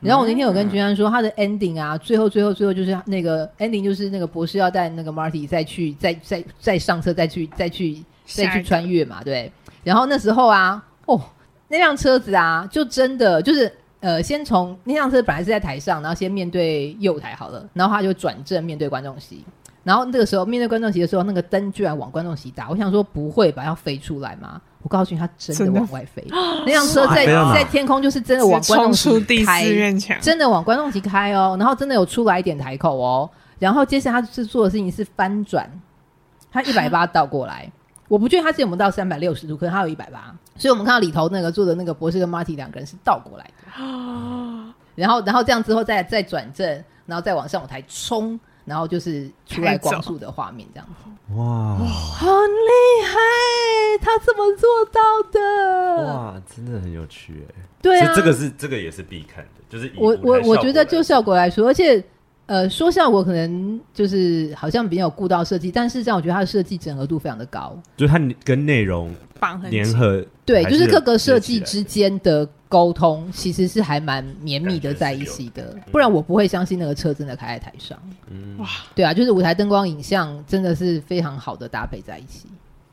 C: 然后我那天有跟君安说，他的 ending 啊，最后最后最后就是那个 ending，就是那个博士要带那个 Marty 再去再再再上车，再去再去再
B: 下一
C: 去
B: 个
C: 穿越嘛，对。然后那时候啊，哦，那辆车子啊，就真的就是呃，先从那辆车本来是在台上，然后先面对右台好了，然后他就转正面对观众席。然后那个时候面对观众席的时候，那个灯居然往观众席打，我想说不会吧，要飞出来吗？我告诉你，它真的
B: 真的
C: 往外飞，那辆车在
A: 飞到哪
C: 在天空就是真的往
B: 直
C: 观众
B: 冲出
C: 席
B: 第
C: 开，
B: 四面墙，
C: 真的往观众席开哦，然后真的有出来一点台口哦，然后接下来他是做的事情是翻转， 他一百八倒过来，我不确定他是有没有到三百六十度，可是他有一百八，所以我们看到里头那个做的那个博士跟 Marty 两个人是倒过来的， 然后然后这样之后再再转正，然后再往上舞台冲，然后就是出来光速的画面这样子，
A: 哇
C: 很厉害，他怎么做到的？
A: 哇，真的很有趣哎。
C: 对啊
A: 所以，这个是这个也是必看的，就是以
C: 我
A: 舞台
C: 我
A: 效
C: 我觉
A: 果
C: 得
A: 来
C: 就效果来说，而且呃说效果可能就是好像没有顾到设计，但事实上我觉得它的设计整合度非常的高，
A: 就是它跟内容
B: 绑很
A: 粘
B: 紧
A: 合，
C: 对，
A: 还
C: 就是是各
A: 有
C: 个设计
A: 连起
C: 之
A: 来
C: 间的沟通其实是还蛮绵密的在一起的，不然我不会相信那个车真的开在台上。
A: 嗯
B: 哇，
C: 对啊，就是舞台灯光影像真的是非常好的搭配在一起。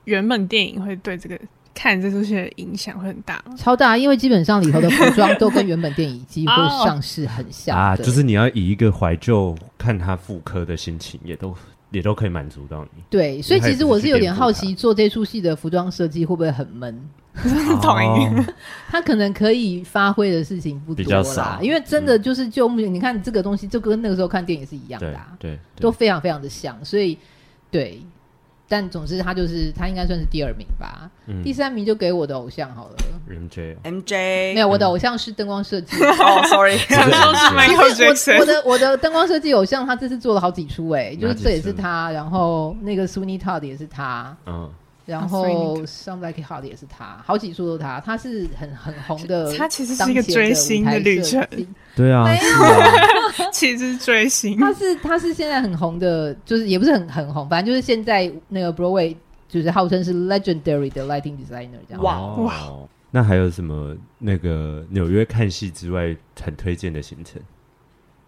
B: 原本电影会对这个看这出戏的影响会很大吗，
C: 超大，因为基本上里头的服装都跟原本电 影几乎
B: 哦
C: 上是很像的，
A: 啊，就是你要以一个怀旧看它复刻的心情，也都也都可以满足到你。
C: 对，所以
A: 它也
C: 其实
A: 不是
C: 我是
A: 去
C: 有
A: 颠
C: 点
A: 覆
C: 好
A: 它
C: 奇，做这出戏的服装设计会不会很闷？
B: 同一个
A: 哦
C: 他可能可以发挥的事情不
A: 比
C: 多
A: 较
C: 啦
A: 少，
C: 因为真的就是就目前，你看这个东西就跟那个时候看电影是一样
A: 对
C: 的、啊，
A: 对，对
C: 都非常非常的像，所以对。但总之，他就是他应该算是第二名吧，
A: 嗯
C: 第三名就给我的偶像好了。
A: MJ 哦
B: 哎
D: MJ
C: 没有，我的偶像是灯光 设计，
D: 哦 ，sorry，
B: 想说是 Michael
C: 就是我我
B: Jackson，
C: 的我的灯光设计偶像，他这次做了好几出哎、就
A: 哪
C: 是
A: 几
C: 这也是
A: 出
C: 他，然后那个 Sunny Todd 也是他，
A: 嗯，
C: 然
B: 所以你
C: 后 Some Like It Hot 也是他，好几出都是他，他是很很红的。
B: 他其实是一个追星的旅程，
A: 对啊，
C: 没
A: 是啊，
B: 其实是追星，
C: 他是他是现在很红的，就是也不是很很红，反正就是现在那个 Broadway 就是号称是 legendary 的 lighting designer 这样。
D: 哇
A: 哇。哦那还有什么那个纽约看戏之外很推荐的行程？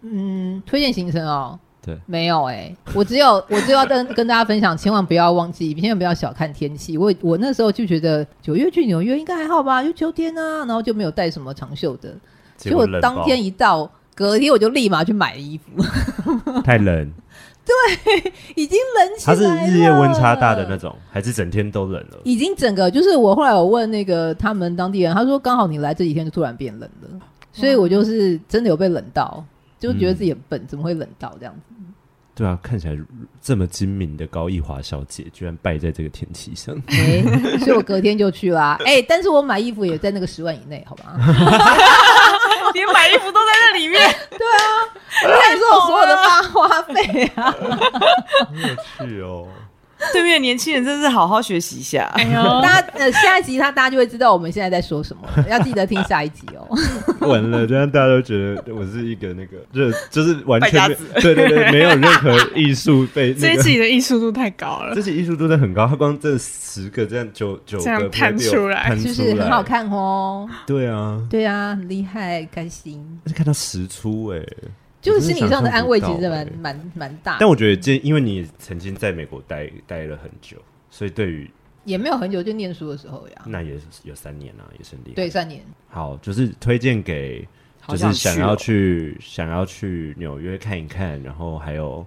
C: 嗯，推荐行程哦。
A: 对
C: 没有哎、我只有我只有要跟跟大家分享，千万不要忘记，千万不要小看天气。我我那时候就觉得九月去纽约应该还好吧，就秋天啊，然后就没有带什么长袖的，
A: 结
C: 结果
A: 冷
C: 当
A: 爆
C: 天一到，隔天我就立马去买衣服，
A: 太 冷，
C: 已经冷起
A: 它
C: 来
A: 是
C: 了。
A: 日夜温差大的那种，还是整天都冷了？
C: 已经整个就是我后来我问那个他们当地人，他说刚好你来这几天就突然变冷了，所以我就是真的有被冷到，就觉得自己很笨，怎么会冷到这样子？
A: 对啊，看起来这么精明的高一华小姐，居然败在这个天气 上。
C: 哎、
A: 嗯
C: 所以我隔天就去 啦。哎、但是我买衣服也在那个十万以内，好吧？
B: 连买衣服都在那里面，
C: 那也是我所有的发花 费啊。
A: 是哦，
D: 对面的年轻人真是好好学习一下。
B: 哎呦，
C: 大家呃，下一集他大家就会知道我们现在在说什么 了，要记得听下一集哦。
A: 完了，这样大家都觉得我是一个那个热，就是完全没
D: 败
A: 对对对，没有任何艺术被
B: 这
A: 那
B: 一
A: 个。
B: 集的艺术度太高 了
A: 这，些艺术度真的很高，它光这十个这样九九个
B: 这样
A: 不会
B: 摊
A: 被我
B: 出来
A: 摊
C: 是不
A: 出
C: 是
A: 来
C: 很好？看哦？
A: 对啊，
C: 对啊，很厉害，开心，
A: 而且看到十出哎、
C: 就是心理上的安慰，其
A: 我真
C: 实
A: 的想象
C: 蛮
A: 不到欸
C: 蛮蛮大的。
A: 但我觉得这，因为你曾经在美国待待了很久，所以对于
C: 也没有很久，就念书的时候呀。
A: 那也是有三年啊，也是很厉害。
C: 对，，三年。
A: 好，就是推荐给
D: 好
A: 就是想要
D: 哦
A: 去想要去纽约看一看，然后还有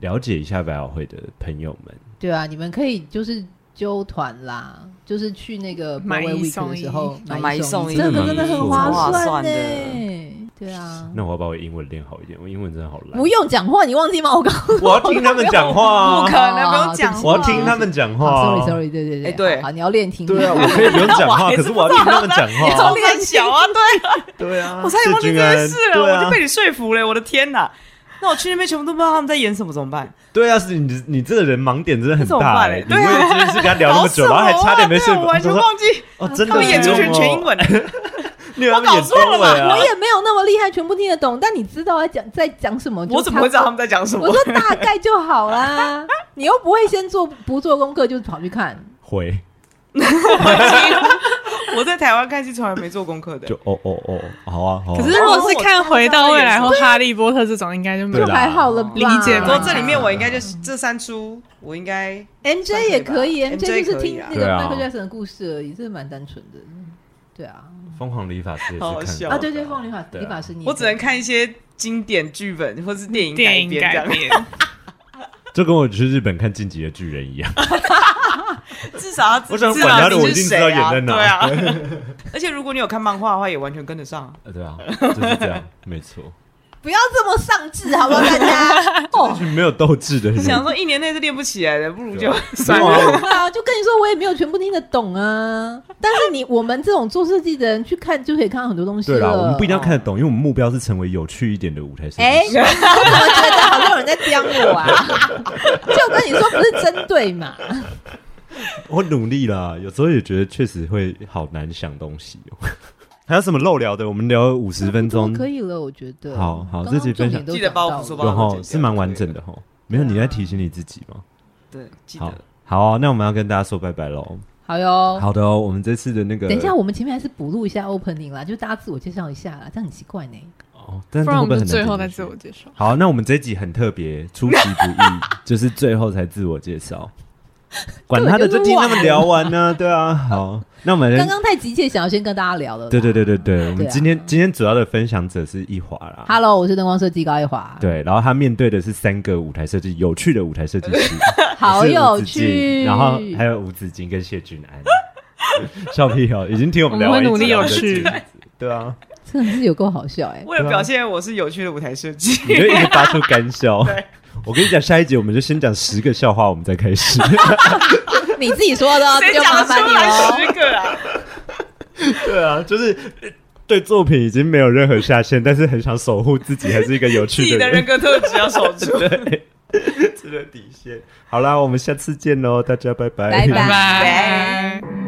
A: 了解一下百老汇的朋友们。
D: 哦
C: 对啊，你们可以就是揪团啦，就是去那个
B: 买
C: Broadway
B: 一
C: Week
B: 送
C: 的时
B: 一
C: 候
D: 哦
C: 买
D: 买
C: 一
D: 一
C: 送
D: 送
C: 一，
D: 一
C: 这个真的
A: 蛮
C: 很
A: 不
C: 划
A: 错
D: 划
C: 算
D: 算
C: 呢
D: 的。
C: 对啊，
A: 那我要把我英文练好一点，我英文真的好烂
C: 不。用讲话，你忘记吗？我刚
A: 我要听他们讲 话
B: 不
A: 啊
B: 可！能不
C: 啊
B: 用讲
C: 对不起
B: 话，
A: 我要听他们讲话啊。
C: sorry sorry，对对对，
D: 哎对
C: 好，好你要练听力。
A: 对啊， 我可以不用讲 话，可是我要听他们讲
D: 超
A: 话。
D: 练小啊，对啊，
A: 对啊，
D: 我差点忘
A: 是
D: 记
A: 君
D: 这件
A: 安
D: 事了，
A: 对
D: 我
A: 啊
D: 就被你说服了，我的天哪！那我去那边全部都不知道他们在演什么，怎么办？
A: 对啊，是你你这个人盲点真的很
D: 那怎么
A: 大
D: 办
A: 哎、你
D: 对啊
A: 为了这件事跟他聊那么久，然后还差点没睡
D: 我
A: 着，
D: 完全
A: 他说
D: 忘记
A: 哦，真的
D: 他们演出
A: 没有
D: 全全英
A: 哦，
D: 文，
A: 你以为他们
D: 我搞
A: 演
D: 错了吧
A: 中文啊
C: 我也没有那么厉害，全部听得懂，但你知道在讲在讲什么？就
D: 我怎么会知道他们在讲什
C: 差不
D: 么
C: 多？我？说大概就好啦，你又不会先做不做功课就跑去看，
A: 回
D: 我在台湾看戏从来没做功课的
A: 就，哦哦哦，好啊好啊。
B: 可是如果是看《回到未来》或
D: 哦我
B: 《哈利波特》这种，应该就没
A: 对
C: 就
B: 有
A: 啦。
C: 还好了吧。
B: 理解
D: 不
B: 吗
D: 过这里面我应该就是这三出，我应该
C: M J 也可以，M
D: 算可以
C: J
D: 吧
C: 就是
D: 可以
C: 听
D: 啊
C: 那
A: 对
C: 个
A: 啊
C: 迈克尔·杰森的故事而已，这蛮单纯的。对啊，
A: 疯狂理发师也是
D: 好好
A: 看
D: 笑
A: 过
C: 啊
A: 的
C: 对对，凤梨法
A: 对啊
C: 理法师，你
D: 我只能看一些经典剧本或是电影
B: 电
D: 改
B: 影
D: 编这
B: 改
D: 样。
B: 编，
A: 就啊跟我去日本看《进击的巨人》一 样，
D: 至少要
A: 我想
D: 至
A: 管
D: 少
A: 他的
D: 你
A: 我
D: 是
A: 一定知
D: 谁
A: 道
D: 啊
A: 演在
D: 对
A: 哪
D: 啊， 而且如果你有看漫画的话，也完全跟得上。
A: 呃对啊，就是这样，没错，
C: 不要这么丧志，好不好，大家？哦
A: 就，没有斗志的人，
D: 想说一年内是练不起来的，不如就
A: 对
D: 算
A: 没
D: 了。
A: 有啊
C: 对啊，就跟你说，我也没有全部听得懂啊。但是你我们这种做设计的人去看，就可以看到很多东西
A: 对啦，
C: 了。
A: 我们不一定要看得懂，因为我们目标是成为有趣一点的舞台设
C: 哎，
A: 计
C: 我
A: 师。
C: 怎么觉得好像有人在刁我啊？ 就跟你说不是针对嘛？
A: 我努力啦，有时候也觉得确实会好难想东西哦。 还有什么漏聊的？我们聊了五十分钟，
C: 可以了，我觉得。
A: 好好
C: 刚刚
A: 这集分享
C: 重点都
D: 记得
C: 讲到
D: 帮我们说
C: 了
D: 吧帮
A: 然
D: 我
A: 后
D: 剪掉
A: 是蛮完整的哈。没有，你在提醒你自己吗？
D: 对，啊记
A: 好
D: 得。，
A: 好啊、那我们要跟大家说拜拜喽。
C: 好哟。
A: 好的哦，我们这次的那个，
C: 等一下，我们前面还是补录一下 opening 啦，就大家自我介绍一下啦，这样很奇怪呢。
A: 哦，但是
B: 不然我
A: 会
B: 们
A: 不
B: 就
A: 会
B: 最
A: 很难
B: 后再
A: 剪进去
B: 自我介绍。
A: 好，啊那我们这一集很特别，出其不 意，就是最后才自我介绍。管他的，
C: 根本就是
A: 就听他们聊完呢、对啊，好，那我们
C: 刚刚太急切，想要先跟大家聊了。
A: 对对对对对，我
C: 对
A: 们
C: 啊
A: 今天、今天主要的分享者是一华啦。
C: ，Hello，我是灯光设计高一华，
A: 对，然后他面对的是三个舞台设计有趣的舞台设计师，
C: 好
A: 是吴
C: 有
A: 子
C: 趣。
A: 敬然后还有吴子敬跟谢君安， 笑屁哦，已经听我们聊完
B: 我们会
A: 一集
B: 努力
A: 了
B: 有趣
A: 这集对啊，
C: 真的是有够好笑哎、
D: 为了表现我是有趣的舞台设计，
A: 你就一直发出干 笑
D: 对。
A: 我跟你讲，下一集我们就先讲十个笑话，我们再开 始。
C: 你自己说的哦，这
D: 谁
C: 就麻
D: 讲得
C: 烦
D: 出
C: 你哦
D: 来
C: 喽。
D: 十 个啊？
A: 对啊，就是呃对作品已经没有任何下限，但是很想守护自己，还是一个有
D: 自
A: 趣
D: 己的
A: 的
D: 人格特质要守 住。
A: 对，这个底线。好啦，我们下次见喽，大家拜拜，
C: 拜拜
B: 拜拜。